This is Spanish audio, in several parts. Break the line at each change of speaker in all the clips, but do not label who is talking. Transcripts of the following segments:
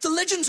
The legends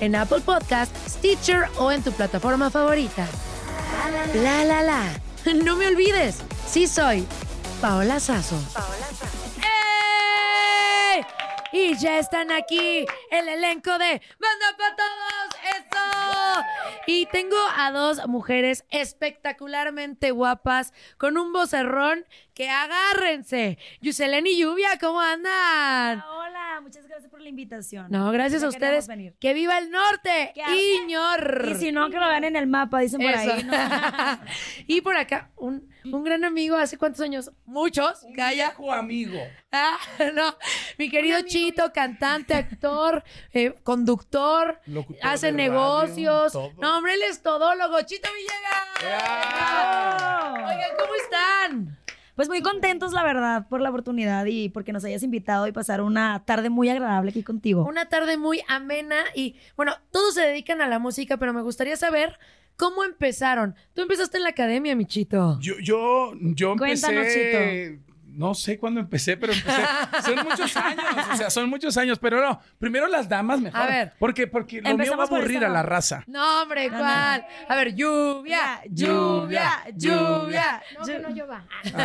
en Apple Podcast, Stitcher o en tu plataforma favorita. La la la. No me olvides, sí soy Paola Sazo. ¡Ey! Y ya están aquí el elenco de Banda para Todos. ¡Eso! Y tengo a dos mujeres espectacularmente guapas con un vocerrón que agárrense. Yuselén y Lluvia, ¿cómo andan?
Hola, muchas gracias por la invitación.
No, gracias a
Ya queríamos
ustedes.
venir.
¡Que viva el norte!
Que arde.
¡Iñor!
Y si no, que lo vean en el mapa, dicen por
Eso.
ahí. ¿no?
y por acá, un, un gran amigo, ¿hace cuántos años? Muchos. Un viejo amigo. Ah, no. Mi querido Chito, cantante, actor, eh, conductor, hace negocios. no, hombre, él es todólogo. Chito Villegas. Oigan, ¿cómo están?
Pues muy contentos, la verdad, por la oportunidad y porque nos hayas invitado y pasar una tarde muy agradable aquí contigo.
Una tarde muy amena y, bueno, todos se dedican a la música, pero me gustaría saber cómo empezaron. Tú empezaste en la academia, mi Chito.
Yo, yo, yo empecé.
Cuéntanos,
No sé cuándo empecé, pero empecé. Son muchos años, o sea, son muchos años, pero no. Primero las damas mejor.
A ver.
Porque, porque lo mío va
Empecemos
a
por
aburrir
esta.
a la raza.
No, hombre,
No,
¿cuál? A ver, lluvia, lluvia,
lluvia,
lluvia.
No, que no llueva. Porque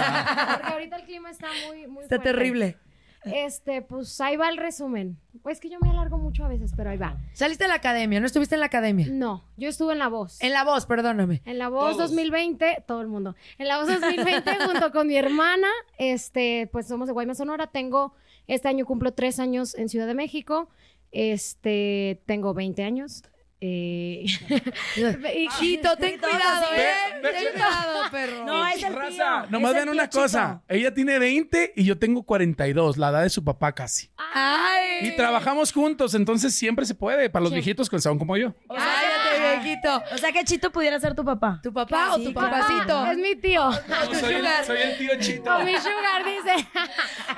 ahorita el clima está muy, muy
Está
fuerte.
terrible.
Este, pues ahí va el resumen. Pues que yo me alargo mucho a veces, pero ahí va.
Saliste de la academia, no estuviste en la academia.
No, yo estuve en La Voz.
En la voz, perdóname.
En La Voz 2020, todo el mundo. En La Voz 2020, junto con mi hermana, este, pues somos de Guaymas, Sonora. Tengo, este año cumplo tres años en Ciudad de México. Este, tengo 20 años. Eh,
Hijito, ten cuidado,
así.
¿eh?
Ve, ve,
Ten
ve.
cuidado, perro.
No, es el
Raza, nomás
tío. Es el
vean
tío
una
Chito.
cosa. Ella tiene 20 y yo tengo 42, la edad de su papá casi.
Ay.
Y trabajamos juntos, entonces siempre se puede. Para los
Sí.
viejitos que son como yo.
Cállate, viejito.
O sea, que Chito pudiera ser tu papá.
¿Tu papá o
Sí,
tu
claro.
papacito?
es mi tío.
tu sugar.
tío chito.
O mi sugar, dice.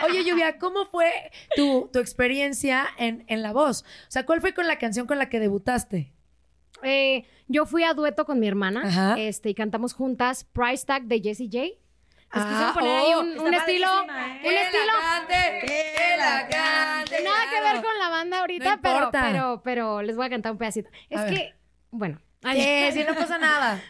Oye, Lluvia, ¿cómo fue tu, tu experiencia en, en la voz? O sea, ¿cuál fue con la canción con la que debutaste?
Eh, yo fui a dueto con mi
Ajá.
hermana este, y cantamos juntas Price Tag de Jessie J. Les
Ah,
quisieron poner ahí
oh,
un,
está
un estilo.
padrísima, ¿eh?
Un estilo.
¡Que la cante!
Nada que ver con la banda ahorita,
No
pero,
importa.
pero, pero les voy a cantar un pedacito. Es
A
que,
ver.
bueno. Ay.
Sí, sí, no pues, pasa nada.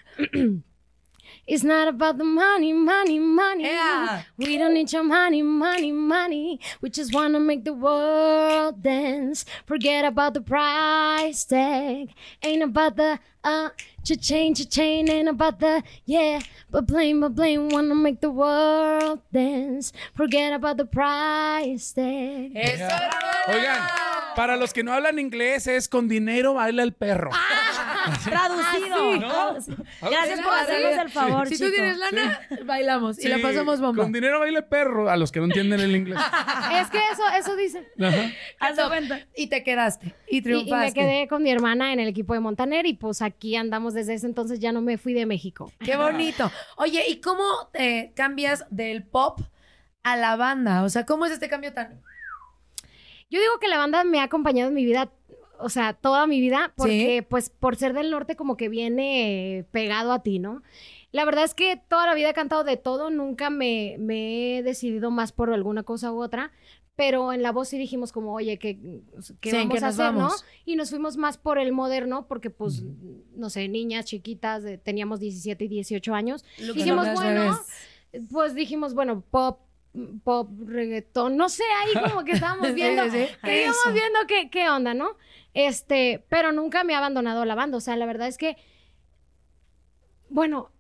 It's not about the money, money, money.
Yeah.
We don't need your money, money, money. We just wanna make the world dance. Forget about the price tag. Ain't about the uh cha-chain, cha-chain. Ain't about the yeah, but blame, but blame. Wanna make the world dance. Forget about the price tag.
¡Eso, Roberto!
Oigan, para los que no hablan inglés, es con dinero baila el perro.
Ah, Traducido. Ah,
Así.
Gracias por hacernos el favor,
Si tú
chico.
tienes lana, bailamos y la
Sí,
pasamos bomba.
Con dinero baile perro, a los que no entienden el inglés.
Es que eso, eso dice.
Ajá.
Top.
Y te quedaste. Y
Y, y me
triunfaste.
quedé con mi hermana en el equipo de Montaner y pues aquí andamos desde ese entonces, ya no me fui de México.
Qué bonito. Oye, ¿y cómo eh, cambias del pop a la banda? O sea, ¿cómo es este cambio tan...?
Yo digo que la banda me ha acompañado en mi vida, o sea, toda mi vida, porque pues por ser del norte como que viene pegado a ti, ¿no? La verdad es que toda la vida he cantado de todo, nunca me, me he decidido más por alguna cosa u otra, pero en la voz sí dijimos como, oye, ¿qué, qué
Sí, ¿en
vamos
qué
a
nos
hacer,
vamos?
no? Y nos fuimos más por el moderno, porque pues, no sé, niñas chiquitas, de- teníamos 17 y 18 años.
Lo que
dijimos,
nombras al
bueno, pues dijimos, bueno, pop, pop, reggaetón, no sé, ahí como que estábamos
Sí,
viendo,
sí,
que íbamos
eso.
viendo qué, qué onda, ¿no? Este, pero nunca me ha abandonado la banda, o sea, la verdad es que, bueno,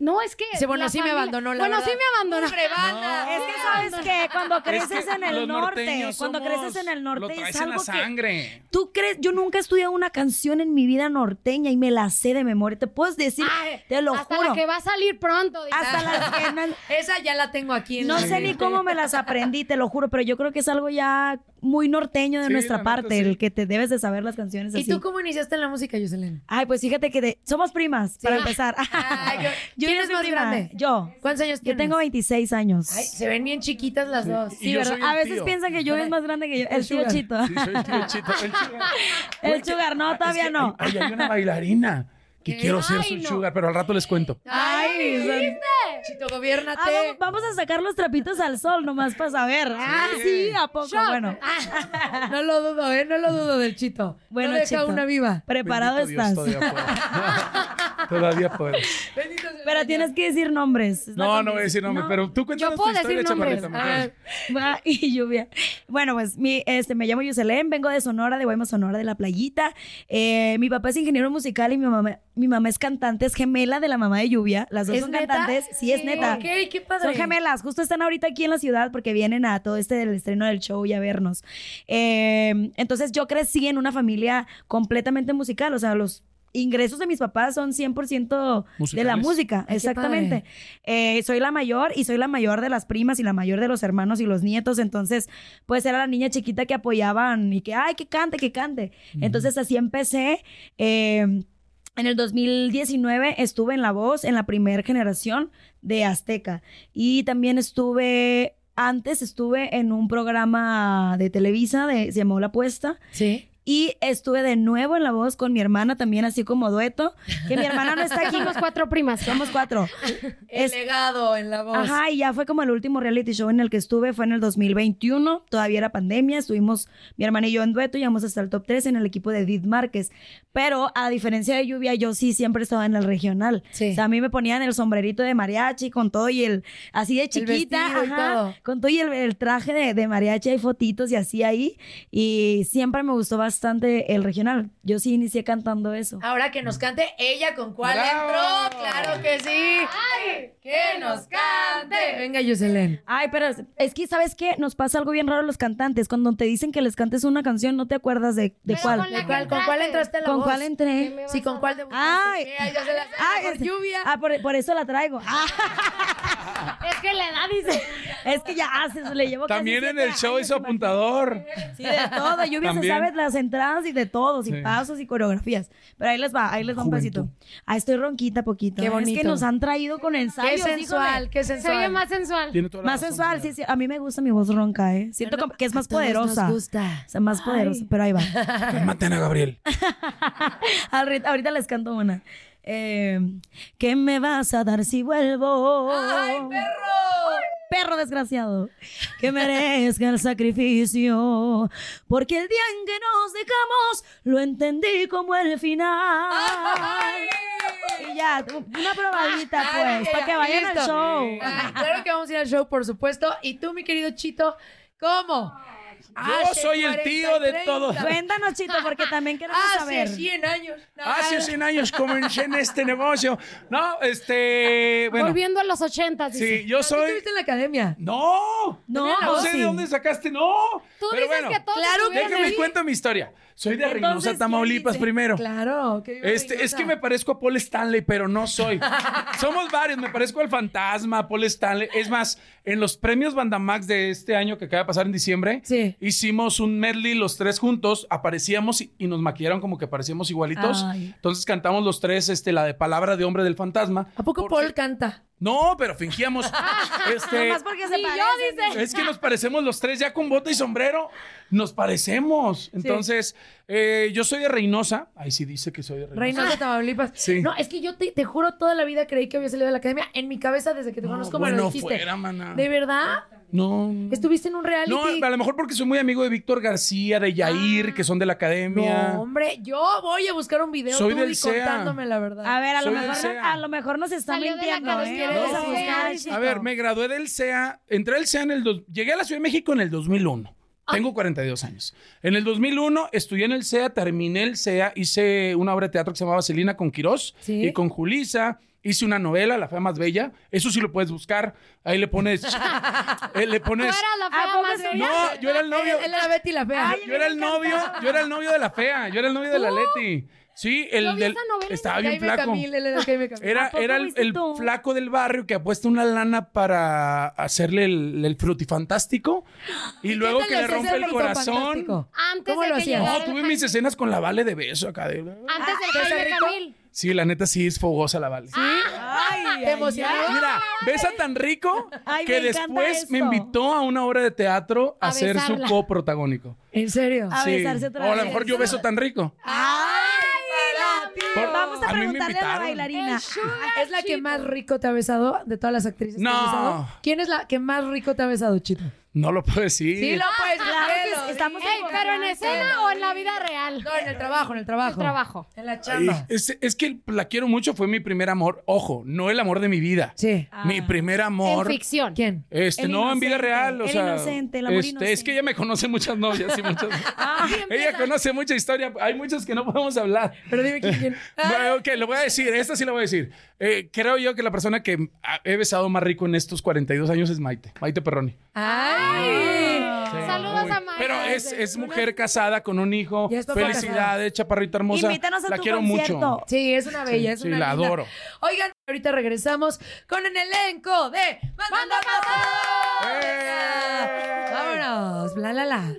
no, es que...
Sí, bueno,
la
sí me abandonó, la
Bueno, sí
verdad.
me abandonó.
Hombre, banda.
Es que sabes que cuando creces
Es que
en el
los
norte,
norteños
cuando
somos-
creces en el
Lo
norte
traes
es
en la
algo que
sangre.
tú crees, yo nunca he estudiado una canción en mi vida norteña y me la sé de memoria, te puedes decir,
Ay,
te lo
Ah, Hasta
juro.
la que va a salir pronto. dice.
Hasta las que no-
Esa ya la tengo aquí. en
no
la
sé ni
mente.
cómo me las aprendí, te lo juro, pero yo creo que es algo ya muy norteño de
Sí,
nuestra
la neta,
parte,
sí.
el que te debes de saber las canciones
¿Y
así.
tú cómo iniciaste en la música, Jocelyn?
Ay, pues fíjate que de- somos primas, para empezar.
Ah, yo-
Yo
¿Quién
ya
es
soy
más
prima.
grande?
Yo.
¿Cuántos años
Yo
tienes?
tengo 26 años.
Ay, se ven bien chiquitas las dos.
y
Sí,
yo
¿verdad?
soy el
A veces
tío.
piensan que yo es más grande que yo. El tío
sugar.
Chito.
Sí, soy el tío Chito, el sugar.
El Sugar, no, todavía no.
Hay, hay una bailarina que
¿Qué?
quiero ser
Ay,
su
no.
sugar, pero al rato les cuento.
Ay,
son-
Chito,
Ah, vamos,
gobiérnate.
vamos a sacar los trapitos al sol nomás para saber. Ah, sí, ¿a poco? Bueno,
Ah, No lo dudo, ¿eh? No lo dudo del Chito.
bueno,
no deja
Chito,
una viva.
Preparado
Bendito Dios,
estás.
todavía puedo. todavía puedo.
Bendito sea el
Pero
Señor.
tienes que decir nombres. es
No,
la
no voy a
condición.
decir nombre,
No.
pero tú cuéntanos
puedo
tu historia,
decir nombres.
chaparrita,
A
mujer.
Ah,
ver,
Va, y lluvia. Bueno, pues mi, este, me llamo Yuselén, vengo de Sonora, de Guaymas, Sonora, de La Playita. Eh, mi papá es ingeniero musical y mi mamá, mi mamá es cantante, es gemela de la mamá de Lluvia. Las dos
¿Es
son
neta?
cantantes. Sí, es
Sí.
neta.
Ok, qué padre.
Son gemelas, justo están ahorita aquí en la ciudad porque vienen a todo este del estreno del show y a vernos. Eh, entonces yo crecí en una familia completamente musical, o sea, los ingresos de mis papás son 100% de la
Musicales.
música,
Ay, qué
exactamente. Eh, soy la mayor y soy la mayor de las primas y la mayor de los hermanos y los nietos, entonces pues era la niña chiquita que apoyaban y que, ay, que cante, que cante. Entonces así empecé. eh, en el 2019 estuve en La Voz, en la primera generación de Azteca. Y también estuve, antes estuve en un programa de Televisa, de, se llamó La Apuesta.
Sí.
Y estuve de nuevo en La Voz con mi hermana también, así como dueto. Que mi hermana no está aquí,
Somos cuatro primas.
somos cuatro.
El
Es-
legado en la voz.
Ajá, y ya fue como el último reality show en el que estuve, fue en el 2021, todavía era pandemia, estuvimos mi hermana y yo en dueto, llegamos hasta el top 3 en el equipo de Edith Márquez, pero a diferencia de Lluvia, yo sí siempre estaba en el regional,
Sí.
o sea, a mí me ponían el sombrerito de mariachi con todo y el, así de chiquita,
vestido y
ajá,
todo.
con todo y el, el traje de, de mariachi, hay fotitos y así ahí, y siempre me gustó bastante el regional, yo sí inicié cantando eso.
Ahora que nos cante ella con cuál
Mm. ¡Bravo!
entró. Claro que sí. Ay, que nos cante. Venga, Jocelyn.
Ay, pero es- es que, ¿sabes qué? Nos pasa algo bien raro a los cantantes. Cuando te dicen que les cantes una canción, no te acuerdas de, de
Pero
cuál.
con la
¿De cuál- ¿Con cuál entraste en la
¿Con
voz?
cuál entré?
me vas
Sí, ¿con
a-
cuál debutaste?
Ay.
Mira, ya se la sabe, por
es-
lluvia.
Ah, por, por eso la traigo. Ah,
Es que la edad dice...
es que ya haces, le llevo casi
También en
siete
el show
años,
hizo
imagínate.
apuntador.
Sí, de todo. Lluvia se
También.
sabe las entradas y de todos, y
Sí.
pasos y coreografías. Pero ahí les va, ahí les va un
Juventud.
pasito. Ah, estoy ronquita poquito.
Qué
Es
bonito.
que nos han traído con
Qué
ensayos.
sensual,
híjole.
qué
Se
sensual.
oye más sensual.
Tiene toda la
Más
razón,
sensual, sí,
señora.
sí. A mí me gusta mi voz ronca, ¿eh? Siento como que es más
A todos nos
poderosa.
gusta.
O sea, más poderosa, pero ahí va.
Cálmate, Ana Gabriel.
Al rit- ahorita les canto una. Eh, ¿Qué me vas a dar si vuelvo?
¡Ay, perro!
Perro desgraciado, que merezca el sacrificio, porque el día en que nos dejamos lo entendí como el final.
¡Ay!
Y ya, una probadita
Ay,
pues, para que vayan
listo.
al show.
Ay, claro que vamos a ir al show, por supuesto. Y tú, mi querido Chito, ¿cómo?
Yo soy el tío de todos.
Cuéntanos, Chito, porque también queremos
Ah,
Hace
saber.
100 años. No,
Ah, Hace 100 años comencé en este negocio. No, este. Bueno.
Volviendo a los 80, dice.
Sí, yo
¿Tú
soy.
estuviste en la academia?
No.
No,
No sé
sí.
de dónde sacaste. No.
Tú
Pero
dices
bueno,
que todos
claro que
estuvieron
déjame
ahí.
cuento mi historia. Soy de Reynosa,
Entonces,
Tamaulipas
¿quién dice?
primero.
Claro, que viva
Este, es
Reynosa.
que me parezco a Paul Stanley, pero no soy. Somos varios, me parezco al fantasma, a Paul Stanley. Es más, en los premios Bandamax de este año que acaba de pasar en diciembre, hicimos un medley los tres juntos, aparecíamos y, y nos maquillaron como que parecíamos igualitos.
Ay.
Entonces cantamos los tres este, la de palabra de hombre del fantasma.
¿A poco Paul canta?
No, pero fingíamos. este,
porque se
Eh, Ni yo, dice.
es que nos parecemos los tres, ya con bota y sombrero, nos parecemos. Entonces, eh, yo soy de Reynosa. Ahí sí dice que soy de Reynosa.
Reynosa, Tamaulipas.
Sí.
No, es que yo te, te juro, toda la vida creí que había salido de la academia. En mi cabeza, desde que te conozco, me lo
bueno,
dijiste.
fuera, maná.
¿De verdad?
No.
¿Estuviste en un reality?
No, a lo mejor porque soy muy amigo de Víctor García, de Yair, que son de la academia.
Ah. No, hombre, yo voy a buscar un video
Soy
tú
del
y
SEA.
contándome la verdad.
A ver, a lo,
Soy del
mejor, no-
SEA.
a lo mejor nos está
Salió de la
mintiendo, ¿eh?
cabecera
Vamos a
del
buscar,
SEA.
A ver, me gradué del CEA, entré al CEA en el... dos- llegué a la Ciudad de México en el 2001. Tengo 42 años. En el 2001 estudié en el CEA, terminé el CEA, hice una obra de teatro que se llamaba Celina con Quirós
Sí.
y con Julisa. Hice una novela, La Fea Más Bella. Eso sí lo puedes buscar. Ahí le pones... eh, le pones...
Fuera la
¿A
fea
poco
más
se
bella.
No, yo era el novio.
Él era Betty la fea.
Yo era el novio, yo era el novio de la fea, yo era el novio de la Leti. Sí, el
Yo vi
del
Uh. esa novela.
estaba bien
Jaime
flaco.
Camil, él era Jaime Camil.
Era,
¿A poco
era el,
fuiste
el
tú?
flaco del barrio que apuesta una lana para hacerle el, el frutifantástico y luego
¿Qué
que
tal
le
les hace
rompe el corazón.
fantástico?
Antes
¿Cómo
de
lo
que
hacías?
llegara
No,
el
tuve
Jaime-
mis escenas con la Vale de beso acá. de-
Antes
¿Te
del
hace
Jaime
rico?
Camil.
Sí, la neta sí es fogosa la Vale.
Ay,
¿Te emocionó?
Mira, besa tan rico
Ay,
que
me encanta
después me
eso.
invitó a una obra de teatro a,
A
ser su
besarla.
coprotagónico.
¿En serio?
A
Sí.
besarse otra
O a lo
vez. Ah.
mejor yo beso tan rico.
Ay,
para ti.
Vamos a
A mí me
preguntarle a la
invitaron.
bailarina.
¿Es la que más rico te ha besado de todas las actrices? que
No.
has besado? ¿Quién es la que más rico te ha besado, Chito?
No lo puedo decir.
Sí, lo puedes
ah, Claro que sí, estamos
Ey, pero en escena o en la vida real.
No, en el trabajo, en el trabajo.
El trabajo.
En la
Ay,
chamba.
es, es que la quiero mucho, fue mi primer amor. Ojo, no el amor de mi vida.
Sí.
Mi primer amor.
En ficción.
¿Quién?
Este,
Ah. El
no, en vida
inocente,
real. O
el
sea,
inocente, el amor
este, Es
inocente. Ah,
que ella me conoce muchas novias y muchas. ella conoce mucha historia. Hay muchas que no podemos hablar.
Pero dime quién. quién.
Bueno, ok, lo voy a decir. Esta sí la voy a decir. Eh, creo yo que la persona que ah, he besado más rico en estos 42 años es Maite. Maite Perroni.
Ah,
¡Ay!
Saludos a María.
Pero es, es mujer casada con un hijo.
Ya es papá
Felicidades, chaparrita hermosa.
Invítanos a
la
tu
quiero
concierto.
mucho.
Sí, es una bella, es
sí,
una
la
linda.
adoro.
Oigan, ahorita regresamos con el elenco de Manda Pasar.
¡Eh!
Vámonos, bla la la.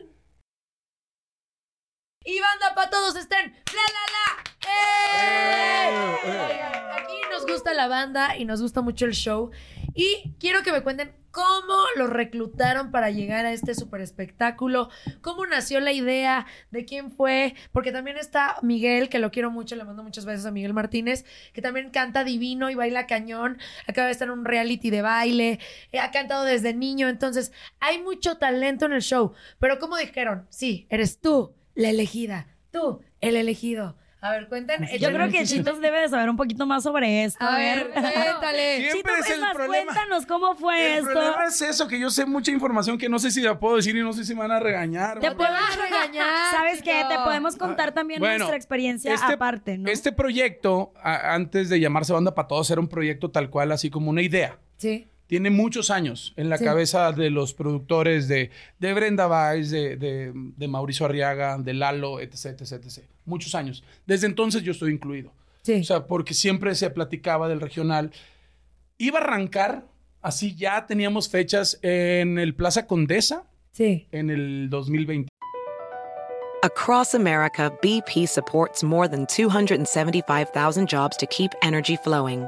Y banda para todos estén, bla la la. ¡Eh!
¡Eh!
Oigan, Aquí nos gusta la banda y nos gusta mucho el show y quiero que me cuenten cómo los reclutaron para llegar a este super espectáculo, cómo nació la idea, de quién fue, porque también está Miguel, que lo quiero mucho, le mando muchos besos a Miguel Martínez, que también canta divino y baila cañón, acaba de estar en un reality de baile, eh, ha cantado desde niño, entonces hay mucho talento en el show, pero como dijeron, sí, eres tú la elegida, tú el elegido. A ver, cuenten.
Yo creo que Chitos debe de saber un poquito más sobre esto.
A ver, cuéntale.
Siempre
Chitos,
es el
más,
problema.
cuéntanos cómo fue
El
esto.
problema es eso, que yo sé mucha información que no sé si la puedo decir y no sé si me van a regañar.
Te
o-
puedo
vas a regañar,
¿Sabes qué? Te
chico.
podemos contar también
Ah, Bueno,
nuestra experiencia
este-
aparte, ¿no?
Este proyecto, a- antes de llamarse Banda para Todos, era un proyecto tal cual, así como una idea.
Sí.
Tiene muchos años en la
Sí.
cabeza de los productores de, de Brenda Weiss, de, de- de Mauricio Arriaga, de Lalo, etc, etc, etc. Muchos años. Desde entonces yo estoy incluido.
Sí.
O sea, porque siempre se platicaba del regional. Iba a arrancar, así ya teníamos fechas en el Plaza Condesa
sí.
en el 2020.
Across America, BP supports more than 275,000 jobs to keep energy flowing.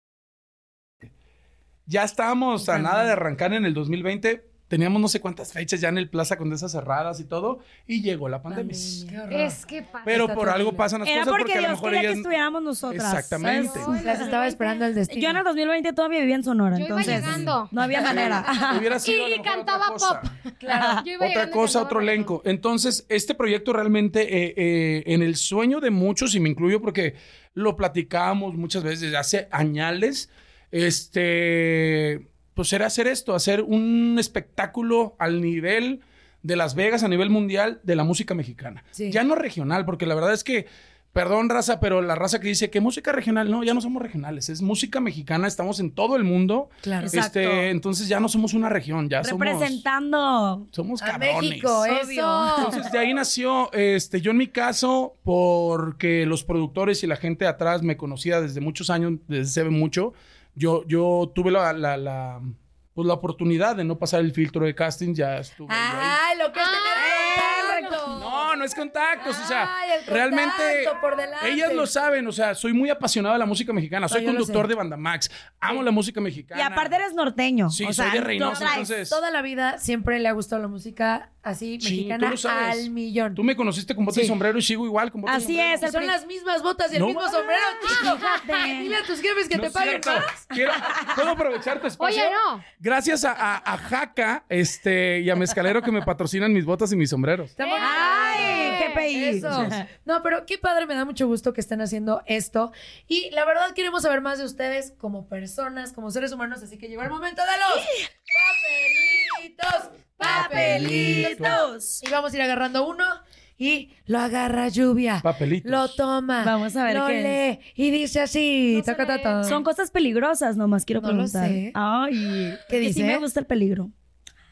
ya estábamos a nada de arrancar en el 2020. Teníamos no sé cuántas fechas ya en el Plaza Condesa cerradas y todo, y llegó la pandemia.
Es que pasa.
Pero por algo pasan las
Era
cosas
porque,
porque a lo
Dios
mejor
quería
ellas-
que estuviéramos nosotras.
Exactamente.
¿sabes?
Las estaba esperando el destino.
Yo en el 2020 todavía vivía en Sonora,
Yo iba
entonces
llegando.
no había manera.
Hubiera sido a
y,
lo
y
mejor
cantaba pop. Claro. Yo iba
Otra
llegando y
cosa,
cantaba
otro elenco. Entonces, este proyecto realmente eh, eh, en el sueño de muchos, y me incluyo porque lo platicamos muchas veces desde hace añales, este, pues era hacer esto, hacer un espectáculo al nivel de Las Vegas, a nivel mundial, de la música mexicana. Ya no regional, porque la verdad es que, perdón raza, pero la raza que dice que música regional, no, ya no somos regionales, es música mexicana, estamos en todo el mundo.
Claro. Exacto.
Este, entonces ya no somos una región, ya somos...
Representando
Somos
a
cabrones.
México, eh. eso.
Entonces, de ahí nació, este, yo en mi caso, porque los productores y la gente de atrás me conocía desde muchos años, desde hace mucho, yo, yo tuve la, la, la, pues, la oportunidad de no pasar el filtro de casting, ya estuve. yo ahí.
Ah.
Ay, lo que es tener contacto.
No, no es contactos, o sea,
Ay, el
realmente
contacto por delante.
ellas lo saben, o sea, soy muy apasionado de la música mexicana, soy
yo lo
conductor
sé.
de Banda Max, amo la música mexicana.
Y aparte eres norteño.
Sí,
o
soy
sea,
de Reynosa,
traes
entonces-
Toda la vida siempre le ha gustado la música así
pues, Sí, tú
mexicana
lo sabes.
al millón.
Tú me conociste con botas y sombrero y sigo igual con botas y
Así
sombrero.
es, son las mismas botas y el
No
mismo
mames.
sombrero, chico.
Fíjate.
Dile a tus jefes que
No
te
es
paguen
cierto.
más.
Quiero, ¿Puedo aprovechar tu espacio?
Oye, no.
Gracias a, a, a Jaca este, y a Mezcalero que me patrocinan mis botas y mis sombreros.
Estamos-
¡Ay, GPI!
Eso. No, pero qué padre, me da mucho gusto que estén haciendo esto. Y la verdad queremos saber más de ustedes como personas, como seres humanos, así que llegó el momento de los papelitos, papelitos. Y vamos a ir agarrando uno y lo agarra lluvia.
Papelitos.
Lo toma.
Vamos a ver
lo
qué es.
lee y dice así. taca, ta, ta.
Son cosas peligrosas, nomás quiero
No lo
preguntar.
sé.
Ay,
¿Qué
que
dice?
sí me gusta el peligro.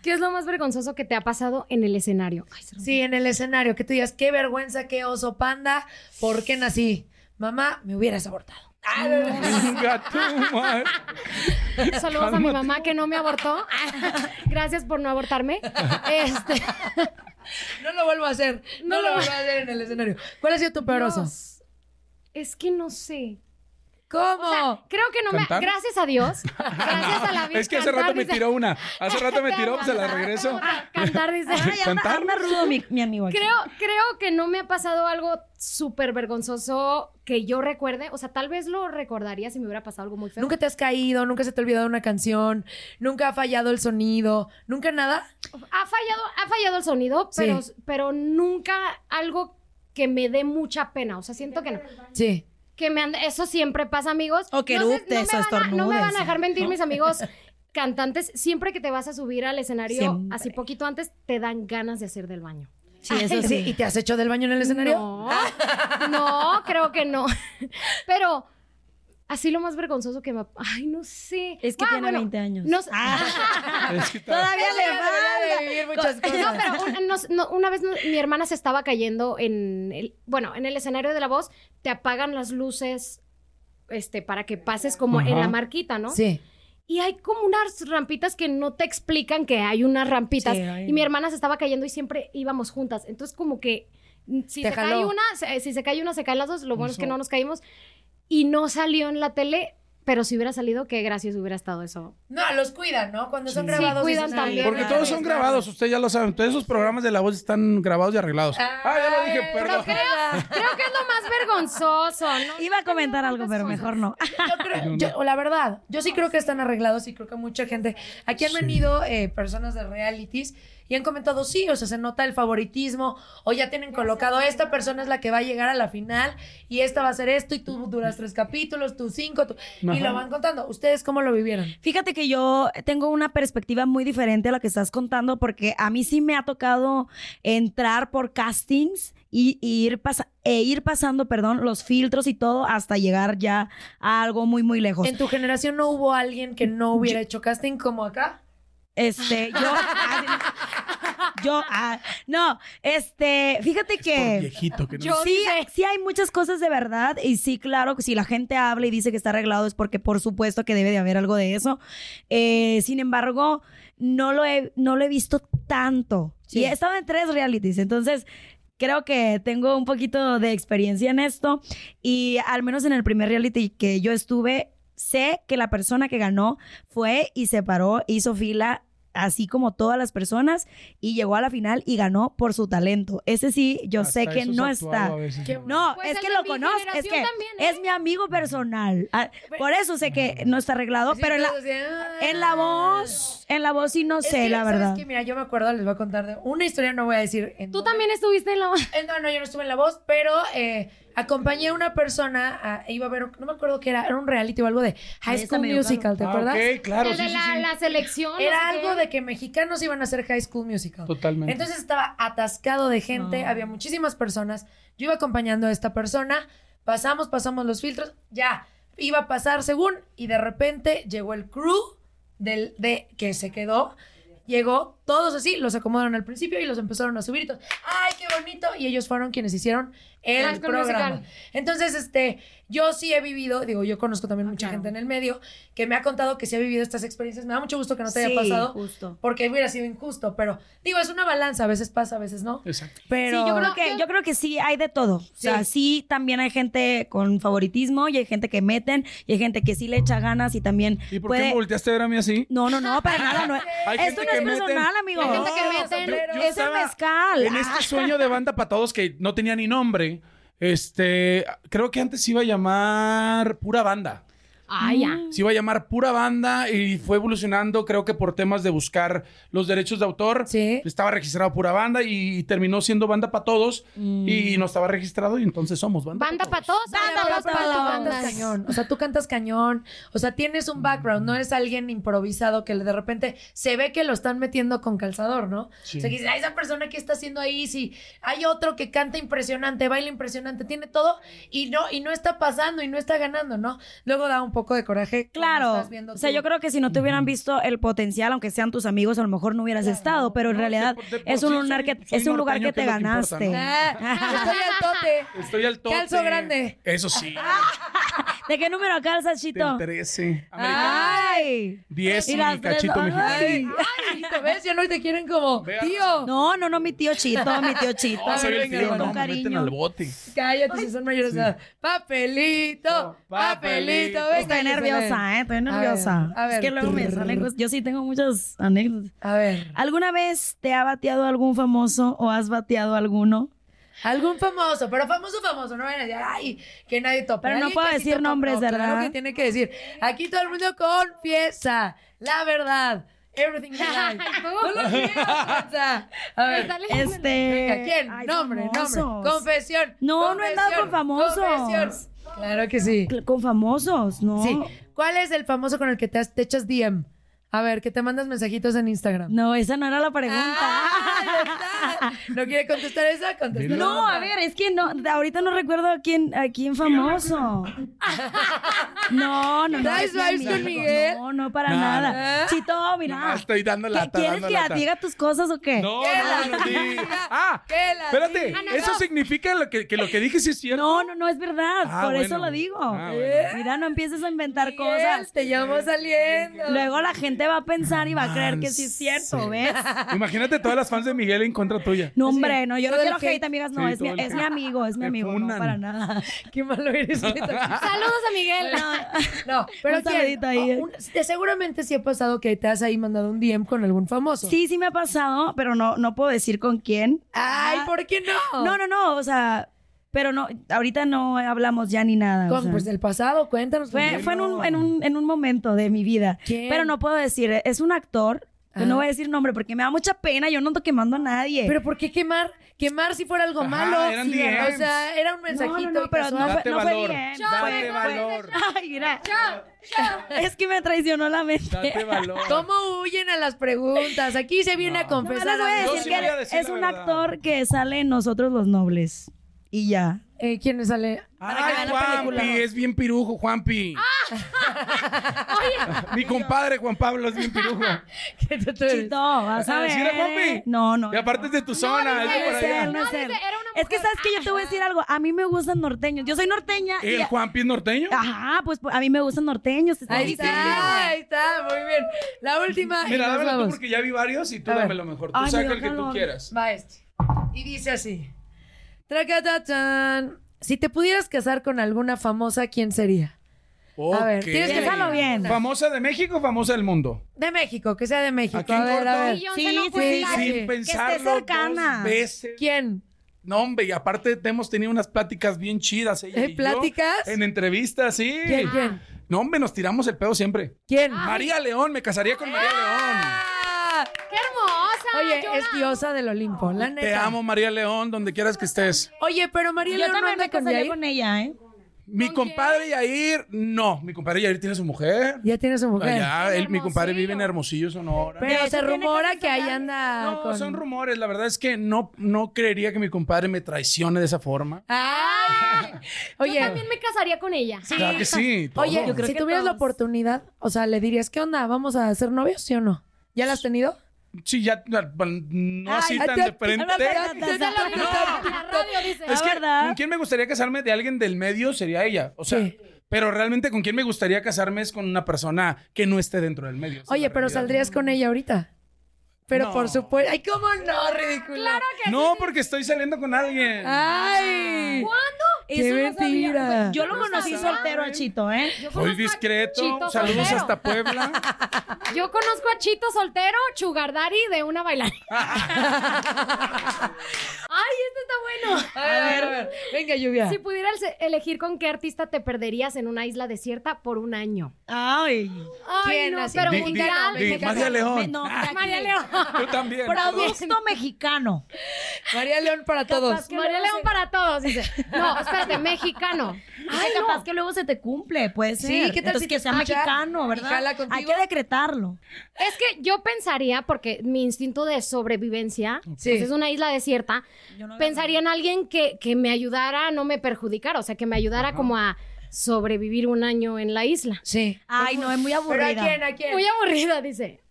¿Qué es lo más vergonzoso que te ha pasado en el escenario? Ay, se-
Sí, en el escenario, que tú digas, qué vergüenza, qué oso panda, ¿por qué nací? Mamá, me hubieras abortado. Ah, no, no, no.
Venga tú, madre.
Saludos a mi mamá que no me abortó. Gracias por no abortarme. Este,
No lo vuelvo a hacer. No,
No
lo
lo-
vuelvo a hacer en el escenario. ¿Cuál ha sido tu peor oso?
Dios, es que no sé.
¿Cómo?
O sea, creo que no
¿Cantar?
me. Gracias a Dios. Gracias a la vida.
Es que hace rato me tiró una. Hace rato me tiró, pues se la regreso.
Cantar, dice.
¿Cantar?
Anda rudo mi, mi amigo aquí.
Creo, creo que no me ha pasado algo súper vergonzoso que yo recuerde. O sea, tal vez lo recordaría si me hubiera pasado algo muy feo.
¿Nunca te has caído? ¿Nunca se te ha olvidado una canción? ¿Nunca ha fallado el sonido? ¿Nunca nada?
Ha fallado, ha fallado el sonido,
Sí.
pero, pero nunca algo que me dé mucha pena. O sea, siento que no.
Sí.
Que me ande- eso siempre pasa, amigos.
O que
no, sé,
eructes
no
o
me van a- no me
estornudes,
van a dejar mentir mis amigos cantantes. Siempre que te vas a subir al escenario,
Siempre.
así poquito antes, te dan ganas de hacer del baño.
Sí, eso
Sí, ¿Y
sí.
te has hecho del baño en el escenario?
No, no, creo que no. Pero así lo más vergonzoso que me... Ay, no sé.
Es que
Ah,
tiene
bueno,
20 años. Ah.
No, sé.
Es que está-
Todavía
Ella debería de
le
vivir
falta.
muchas cosas.
No, pero un- nos- no, una vez nos- mi hermana se estaba cayendo en el, bueno, en el escenario de la voz, te apagan las luces este, para que pases como en
Ajá.
la marquita, ¿no?
Sí.
Y hay como unas rampitas que no te explican que hay unas rampitas.
Sí, ay,
y mi
no.
hermana se estaba cayendo y siempre íbamos juntas. Entonces, como que mm, si
Te
se cae
jaló.
una, se- si se cae una, se caen las dos. Lo bueno es que
Eso.
no nos caímos. Y no salió en la tele, pero si hubiera salido, qué gracioso hubiera estado eso.
No, los cuidan, ¿no? Cuando son
Sí.
grabados.
Sí, cuidan
dices, ay,
también.
Porque todos son grabados, ustedes ya lo saben. Todos esos programas de la voz están grabados y arreglados. Ah, ya lo dije,
Pero
perdón.
creo, creo que es lo más vergonzoso, ¿no?
Iba a comentar algo, pero mejor no.
Yo creo, yo- o la verdad, yo sí creo que están arreglados y creo que mucha gente. Aquí han venido eh, personas de realities y han comentado, sí, o sea, se nota el favoritismo, o ya tienen colocado, esta persona es la que va a llegar a la final y esta va a ser esto, y tú duras tres capítulos, tú cinco, tú- y
Ajá.
lo van contando. ¿Ustedes cómo lo vivieron?
Fíjate que yo tengo una perspectiva muy diferente a la que estás contando porque a mí sí me ha tocado entrar por castings y, y ir pasa- e ir pasando, perdón, los filtros y todo hasta llegar ya a algo muy, muy lejos.
¿En tu generación no hubo alguien que no hubiera hecho casting como acá?
Este, yo... yo, ah, no, este, fíjate que...
Por viejito que no.
Yo
sí,
dije-
sí hay muchas cosas de verdad y sí, claro, que si la gente habla y dice que está arreglado es porque por supuesto que debe de haber algo de eso. Eh, sin embargo, no lo he, no lo he visto tanto.
Sí.
Y he estado en tres realities, entonces creo que tengo un poquito de experiencia en esto y al menos en el primer reality que yo estuve... sé que la persona que ganó fue y se paró, hizo fila así como todas las personas y llegó a la final y ganó por su talento. Ese sí, yo sé que no está. No,
Pues
es
el
que
de
lo
mi
conozco, es que
generación también,
es mi amigo personal. Ah, Por eso sé que no está arreglado,
Pues
pero en la, en la voz, en la voz sí no
"Ah". Es
sé,
que,
la
¿sabes
verdad.
qué? mira, yo me acuerdo, les voy a contar de una historia, no voy a decir. ¿Tú
también estuviste en la voz?
Eh, no, no, yo no estuve en la voz, pero eh, acompañé a una persona, a- e iba a ver, no me acuerdo qué era, era un reality o algo de High
Esa
School
medio
Musical, ¿te
Ah,
acuerdas?
ok, claro, El de sí, sí, la- sí.
la selección, no
Era
sé
algo
qué.
de que mexicanos iban a hacer High School Musical.
Totalmente.
Entonces estaba atascado de gente, había muchísimas personas. Yo iba acompañando a esta persona, pasamos, pasamos los filtros, ya iba a pasar según, y de repente llegó el crew del, de que se quedó. Llegó todos así, los acomodaron al principio y los empezaron a subir. y todos, ¡Ay, qué bonito! Y ellos fueron quienes hicieron el
High School
programa.
Musical.
Entonces, este, yo sí he vivido, digo, yo conozco también mucha gente en el medio que me ha contado que sí ha vivido estas experiencias. Me da mucho gusto que no te
Sí,
haya pasado.
justo.
Porque hubiera sido injusto, pero digo, es una balanza, a veces pasa, a veces no.
Exacto.
Pero yo creo que yo creo que sí hay de todo. O sea, sí también hay gente con favoritismo y hay gente que meten y hay gente que sí le echa ganas y también
¿Y por qué me
puede
volteaste a ver a mí así?
No, no, no, para nada, no.
Hay gente
Esto no es
que meten.
personal, amigo.
Hay gente
que meten.
Yo- yo
Yo
es el
estaba
mezcal. Ah.
En este sueño de banda para todos que no tenía ni nombre, este, creo que antes se iba a llamar Pura Banda.
Ah,
Mm,
ya.
Se iba a llamar Pura Banda y fue evolucionando, creo que por temas de buscar los derechos de autor. Estaba registrado Pura Banda y, terminó siendo Banda para todos y
Mm.
no estaba registrado y entonces somos Banda.
Banda para todos, banda
Pero,
para
pero tú cantas
todos.
cañón, o sea, tú cantas cañón, o sea, tienes un background, no eres alguien improvisado que de repente se ve que lo están metiendo con calzador, ¿no?
Sí.
O sea, que dices, "Ay, esa persona que está haciendo ahí, si hay otro que canta impresionante, baila impresionante, tiene todo y no y no está pasando y no está ganando, ¿no? Luego da un poco de coraje. cuando
Claro.
estás viendo
O sea, yo creo que si no te hubieran visto el potencial, aunque sean tus amigos, a lo mejor no hubieras estado, pero en realidad es un lugar que es un lugar que
norteño,
te
¿qué es lo que importa,
ganaste.
Ah, estoy al tote.
Estoy al tope.
Calzo grande.
Eso sí.
Ah, ¿De qué número calzas, Chito?
13.
Ay.
10 y
Ah. las tres-
cachito mexicano.
Ay.
Ay, ¿te ves? Ya no te quieren como tío.
No, no, no, mi tío Chito, mi tío Chito.
No, soy el
Venga,
tío,
con
no, me
cariño.
meten al bote.
Cállate si son mayores de edad. Papelito, papelito.
Estoy nerviosa, ¿eh? Estoy nerviosa.
A ver,
Es que luego me salen cosas. Yo sí tengo muchas anécdotas.
A ver.
¿Alguna vez te ha bateado algún famoso o has bateado alguno?
Algún famoso, pero famoso, famoso, no vayan a decir, ay, que nadie topa.
Pero no
Alguien
puedo
que sí
decir
topa,
nombres,
no, claro
¿verdad?
que tiene que decir. Aquí todo el mundo confiesa la verdad. Everything is right. no lo niegas, Constanza. A ver.
Este.
Venga, ¿quién?
ay,
nombre, nombre.
famosos.
Confesión.
No, no he andado
confesión,
con famosos.
confesión. Claro que sí.
Con famosos, ¿no?
Sí. ¿Cuál es el famoso con el que te, has- te echas DM? A ver, que te mandas mensajitos en Instagram.
No, esa no era la pregunta.
Ah. ¿No quiere contestar esa? Contesta.
No, a ver, es que no, ahorita no recuerdo a quién, a quién famoso. No, no, no.
¿Traes
es mi
vibes con
amigo.
Miguel?
No, no, para
Nada.
nada. Chito,
Ah,
mira.
estoy dando lata.
¿Quieres
dando
que
lata.
diga tus cosas o qué?
No, no, no, di- Ah,
que la
espérate.
diga.
Eso significa lo que, que lo que dije sí es cierto.
No, no, no, es verdad.
Ah,
Por
bueno.
eso lo digo.
Ah, bueno.
Eh, Mira, no empieces a inventar cosas.
Te llamo saliendo.
Luego la gente va a pensar y va a creer que sí es cierto, ¿ves?
Imagínate todas las fans de Miguel en contra tuya.
No, hombre, no, yo no
Todo el
quiero
hate.
hate, amigas, no,
Sí,
es, mi,
todo el
es mi
hate.
amigo, es mi
Te
amigo, no,
funan.
para nada.
Qué malo eres. neta.
Saludos a Miguel.
No, pero
Un
¿quién?
saludito ahí.
Oh, un- te- seguramente sí ha pasado que te has ahí mandado un DM con algún famoso.
Sí, sí me ha pasado, pero no, no puedo decir con quién.
Ay, ¿por qué no?
Ah. No, no, no, o sea, pero no, ahorita no hablamos ya ni nada. o
Con,
sea.
pues del pasado, cuéntanos.
Fue,
Miguel.
fue en, un, en, un, en un momento de mi vida.
¿Quién? Ah.
Pero no puedo decir, es un actor. pero No voy a decir nombre porque me da mucha pena, yo no ando quemando a nadie.
Pero ¿por qué quemar? Quemar si fuera algo
Ajá,
malo.
eran
Sí,
DMs.
o sea, era un mensajito.
no, no,
y
pero
casual.
no
Date
fue-
valor.
bien.
Date
Fue-
valor.
Ay, mira. Es que me traicionó la mente.
Date valor.
¿Cómo huyen a las preguntas? Aquí se viene a
No Pues les
confesar.
voy a
amigo.
decir
sí
que
voy a decir
es
la
un
verdad.
actor que sale en Nosotros los Nobles. Y ya.
Eh, ¿Quién sale?
Ay, Juanpi, es bien pirujo, Juanpi.
Ah.
Mi compadre Juan Pablo es bien pirujo.
¿Qué te-
Chito, vas a
Ah,
ver.
¿sí era Juanpi?
¿eh? No, no.
Y aparte es de tu zona, es de por
No es
allá.
él, no es
No,
él.
dice, era una
Es que
mujer.
sabes que yo te voy a decir algo. A mí me gustan norteños. Yo soy norteña. y-
¿El Juanpi es norteño?
Ajá, pues a mí me gustan norteños. te estoy
Ahí
diciendo.
está, ahí está, muy bien. La última. y
Mira,
nos
dámelo tú
vamos.
porque ya vi varios y tú
A ver.
dame lo mejor. Tú
Ay, me
saca
dio
el que tú
calor.
quieras.
Va este. Y dice así. Tracatatán. Si te pudieras casar con alguna famosa, ¿quién sería? A ver,
Ok.
tienes que
Piénsalo bien.
¿Famosa de México o famosa del mundo?
De México, que sea de México.
Aquí en
a ver,
corto.
a ver.
Sí, yo no Sí, fui sí, la- sin que esté pensarlo cercana. dos veces.
¿Quién?
No, hombre, y aparte hemos tenido unas pláticas bien chidas. ella
¿Eh,
y yo,
pláticas?
en entrevistas, sí.
¿Quién, quién?
No, hombre, nos tiramos el pedo siempre.
¿Quién?
María León, me casaría con
Ah,
María León.
¡Qué hermosa!
Oye,
yo
es
la-
diosa del Olimpo, la neta.
Te amo, María León, donde quieras que estés.
Oye, pero María
Yo
León no
también
anda
me
con
casaría
Yair.
con ella, ¿eh?
Mi compadre Yair, no. Mi compadre Yair tiene su mujer.
Ya tiene su mujer.
Ah, Ya, él- mi compadre vive en Hermosillo, Sonora.
Pero se rumora que ahí anda
No,
con...
son rumores. La verdad es que no, no creería que mi compadre me traicione de esa forma.
¡Ah! Oye,
Yo también me casaría con ella.
Claro que sí. todo.
Oye, si tuvieras la oportunidad, o sea, le dirías, ¿qué onda? ¿Vamos a ser novios, sí o no? ¿Ya la has tenido?
Sí, ya no así
Ay,
tan
te-
de frente.
te- te- te-
La radio dice.
Es que con quien me gustaría casarme de alguien del medio sería ella. O sea, pero realmente con quien me gustaría casarme es con una persona que no esté dentro del medio. Esa es
Oye,
la
pero
realidad.
saldrías con ella ahorita. Pero
No.
por supuesto. Ay, ¿cómo no? Ridículo.
No, porque estoy saliendo con alguien.
Ah, Ay.
¿Cuándo?
Qué mentira.
Pues, Yo lo conocí
sabía.
soltero al Chito, ¿eh?
Soy discreto.
Chito
Saludos
Soltero.
hasta Puebla.
Yo conozco a Chito soltero, Chugardari de una bailarina. Ay, este está bueno.
A ver, a ver, a ver. Venga, lluvia.
Si pudieras elegir con qué artista te perderías en una isla desierta por un año.
Ay.
Ay,
¿Quién
no,
así?
pero
Di- di-
mundial.
di,
mexicano.
María León.
No,
Ah,
María León.
Tú también.
Producto mexicano.
María León para todos.
que
María
luego
León
se-
para todos, dice. No, espérate, mexicano.
Ay, capaz que luego se te cumple, puede ser.
Sí, ¿qué tal
Entonces,
si
que
te
sea
escucha
mexicano,
y
¿verdad?
jala contigo?
Hay que decretarlo.
Es que yo pensaría, porque mi instinto de sobrevivencia,
Sí.
pues es una isla desierta,
Yo no
pensaría en alguien que, que me ayudara a no me perjudicara, o sea, que me ayudara como a sobrevivir un año en la isla.
Sí.
Ay, no, es muy
¿Pero
aburrida.
a quién? ¿A quién?
Muy aburrida, dice.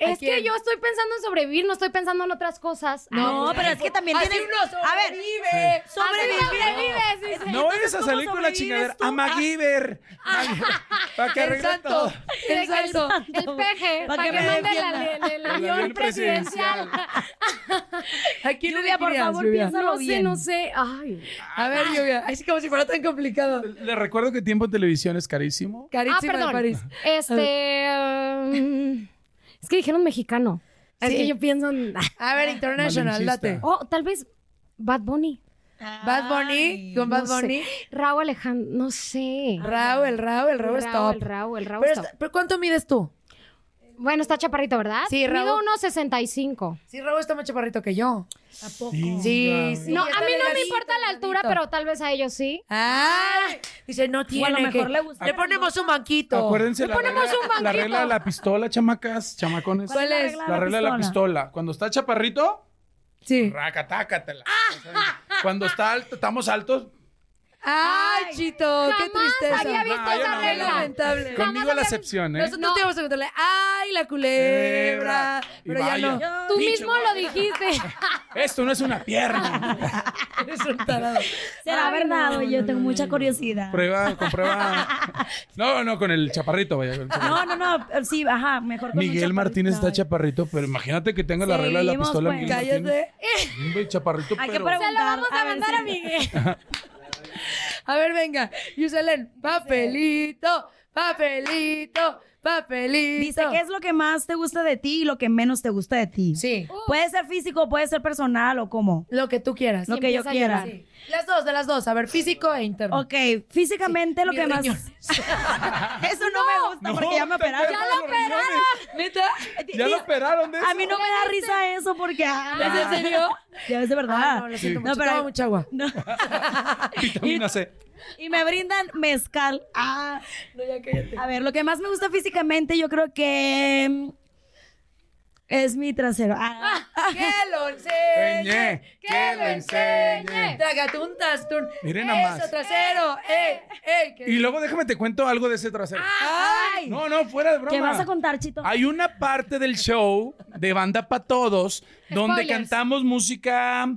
Es que
quién?
yo estoy pensando en sobrevivir, no estoy pensando en otras cosas. Ah,
No, pero es que también
Ah, pues, Así
tienes...
uno
A ver,
sobrevive.
Sobrevive, sobrevives,
sobrevive.
dice.
No vayas a salir con la chingadera. A MacGyver.
Ah.
Para que
El
arregle
santo.
todo.
El,
El santo.
el peje,
Pa'
para
que
que,
me
mande la-
defienda.
el- el
El
avión
avión
presidencial.
¿A quién
Lluvia, por
elegirías,
favor,
Lluvia?
piénsalo.
No sé,
bien.
no sé. Ay.
A ver, Lluvia. Ay, sí, como si fuera tan complicado.
Le recuerdo que tiempo en televisión es carísimo.
Carísima
ah, perdón.
de París.
Este. um, es que dijeron mexicano. Es
Sí.
que yo pienso en.
A ver, International, date.
Malinchista.
Oh, tal vez Bad Bunny.
Bad Bunny, con Bad
no sé.
Bunny.
Raúl Alejandro. No sé.
Raúl, el Raúl, el Raúl es top.
El Raúl, el Raúl
Pero,
es top.
está- ¿pero ¿cuánto mides tú?
Bueno, está chaparrito, ¿verdad?
Sí, Raúl.
Mido 1.65.
Sí, Raúl está más chaparrito que yo.
¿A poco?
Sí, sí.
no, a mí
está
no me
delgadito,
importa la altura,
delgadito.
pero tal vez a ellos sí.
Ay, dice, no tiene.
O a lo mejor
que-
le gusta.
Le ponemos un banquito.
Acuérdense
Le
la
ponemos
regla,
un banquito.
la regla de la pistola, chamacas, chamacones.
¿Cuál es?
La regla de la pistola. Cuando está chaparrito,
Sí.
racatácatela.
Ah.
Cuando está alto, estamos altos.
Ay, Chito, qué
Jamás
tristeza.
había visto
No, yo esa no, regla. yo no.
Lamentable.
Conmigo la excepción, ¿eh?
Nosotros te íbamos a contarle, ay, la culebra.
Y
Pero ya
vaya.
no.
Tú
Pinche
mismo
gordo.
lo dijiste.
Esto no es una pierna.
Eres un tarado.
Será
Ay,
verdad,
no,
oye, yo tengo mucha curiosidad.
Prueba, comprueba. No, no, con el chaparrito, vaya. con el chaparrito.
No, no, no, sí, ajá, mejor con un
Miguel Martínez está
chaparrito.
chaparrito, pero imagínate que tenga la regla de la
Seguimos,
pistola.
pues.
Miguel Martínez.
Cállate.
Hombre, chaparrito,
Hay que
pero...
preguntar.
vamos a mandar
ver
a
si-
Miguel.
A ver, venga. Yuselén, papelito, papelito, papelito.
Dice, ¿qué es lo que más te gusta de ti y lo que menos te gusta de ti?
Sí.
Puede ser físico, puede ser personal o cómo.
Lo que tú quieras.
Lo que yo
empieza a
quiera.
llorar. Las dos, de las dos. A ver, físico e interno.
Ok, físicamente lo
Mis
que más...
riñones.
Eso no, me gusta porque ya me
te
operaron.
enferman los riñones.
¿Neta?
Ya lo operaron de
A mí
eso.
no me da risa eso porque...
¿Es en
ah,
serio?
Ya es de verdad.
Ah, no, lo siento
No,
mucho.
pero-
Toma mucha agua.
No.
Vitamina C.
Y me brindan mezcal. Ah. A ver, lo que más me gusta físicamente yo creo que... mm, Es mi trasero. Ah.
Que lo enseñe.
Enseñe, que lo enseñe.
Tragatuntas, tun.
Miren nada
Eso,
más.
trasero. ¡Ey! ¡Ey! que-
Y luego déjame te cuento algo de ese trasero.
¡Ay!
No, no, fuera de broma.
¿Qué vas a contar, Chito?
Hay una parte del show de Banda para Todos donde
Spoilers.
cantamos música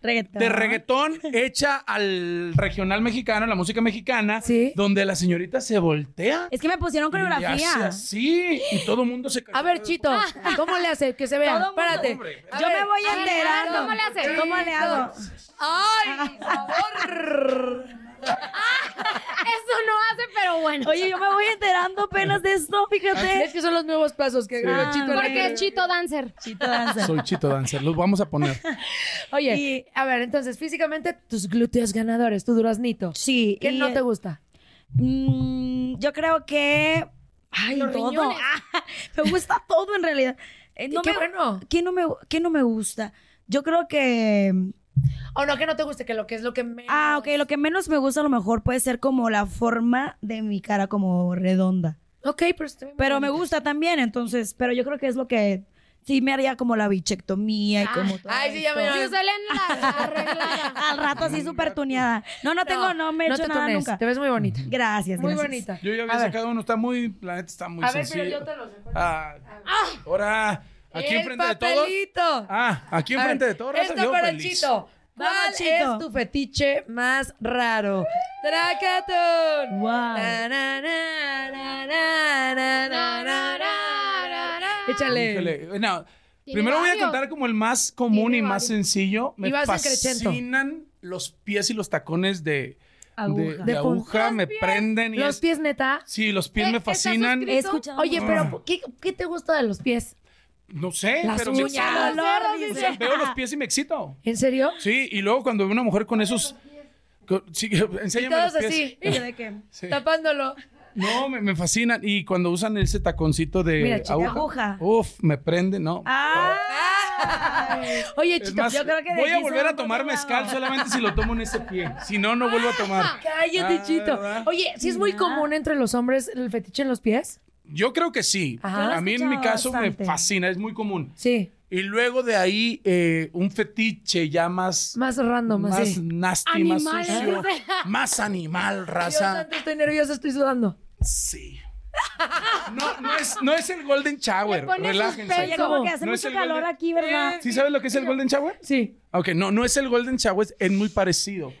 Reggaetón.
de reggaetón hecha al regional mexicano, la música mexicana,
Sí.
donde la señorita se voltea.
Es que me pusieron
Y hace
coreografía.
así, y todo el mundo se cayó.
A ver, Chito, ¿cómo le hace? Que se vea.
Todo mundo.
Párate.
Hombre,
A
Yo
ver,
me voy
a ver,
enterando.
¿cómo le hace?
¿Cómo le hago?
¡Ay, por favor!
Eso no hace, pero bueno.
Oye, yo me voy enterando apenas de esto, fíjate.
Es que son los nuevos pasos que agregó
Ah,
Chito
Porque
Alegre.
es Chito Dancer. Chito
Soy Chito Dancer, los vamos a poner.
Oye, a ver, entonces, físicamente, tus glúteos ganadores, tu duraznito.
Sí.
¿Qué
y-
no te gusta?
Mm, yo creo que. Ay,
Los
todo.
riñones.
Ah, me gusta todo en realidad. Eh,
qué
me,
bueno.
¿qué no, me, qué no me gusta? Yo creo que.
O no, que no te guste, que lo que es lo que me...
Ah, ok, lo que menos me gusta a lo mejor puede ser como la forma de mi cara, como redonda.
Ok, pero... está bien
Pero me
bonita.
gusta también, entonces. Pero yo creo que es lo que. Sí, me haría como la bichectomía y como todo.
Ay, sí, ya me...
esto.
arreglada.
Al rato así súper tuneada. No, no tengo, no, me he
no
hecho
te
nada
tunees,
nunca.
te ves muy bonita.
Gracias,
Muy
gracias.
bonita.
Yo ya había sacado uno, está muy, la neta está muy
A ver,
sencillo.
pero yo te los dejo.
Ah, ahora, aquí
El
enfrente de
papelito.
todos. Ah, aquí
A ver,
enfrente de todos. raza,
Esta
yo
para
feliz.
Chito. ¿Cuál
Vamos, Chito.
es tu fetiche más raro? Tracatón. Na, na, na, na, na, na, na, na, na, na. Échale.
Híjole, no,
Tiene
primero voy a
varios.
contar como el más común
Tiene
y más
varios.
sencillo. Me
Y vas en crescendo.
fascinan los pies y los tacones de
Aguja.
de- de
De
aguja,
punta.
me prenden y
Los Eh,
es-
pies, neta.
Sí, los pies me fascinan.
He escuchado. Oye, pero ¿qué, qué te gusta de los pies?
No sé,
Las
pero
uñas,
me excita.
los dedos,
O
dice.
sea, veo los pies y me excito.
¿En serio?
Sí, y luego cuando veo una mujer con esos co- sí, enséñame
Todos
los pies.
así.
Sí.
Tapándolo.
No, me, me fascinan y cuando usan ese taconcito de
Mira, chica,
aguja,
aguja.
Uf, me prende, no.
Ay.
Oye,
Es
Chito, pues
más,
yo creo que de
voy a
aquí se
volver
va
a tomar
otro lado.
mezcal solamente si lo tomo en ese pie. Si no, no vuelvo a tomar.
Cállate,
Ah,
Chito.
¿verdad?
Oye, ¿sí es
Ah.
muy común entre los hombres el fetiche en los pies?
Yo creo que sí.
Ajá. Yo lo he
A mí en mi
escuchado
caso
bastante.
me fascina, es muy común.
Sí.
Y luego de ahí eh, un fetiche ya más...
Más random,
más
así.
nasty,
Animal,
más sucio.
dice.
Más animal,
Dios
raza.
santo, estoy nerviosa, estoy sudando.
Sí. No, no es, no es el Golden Shower.
pone
Relájense.
suspenso. Oye, como que hace
es
mucho
el
calor
golden-
aquí, ¿verdad?
¿Sí sabes lo que es el Golden Shower?
Sí.
Ok, no, no es el Golden Shower, es- es muy parecido.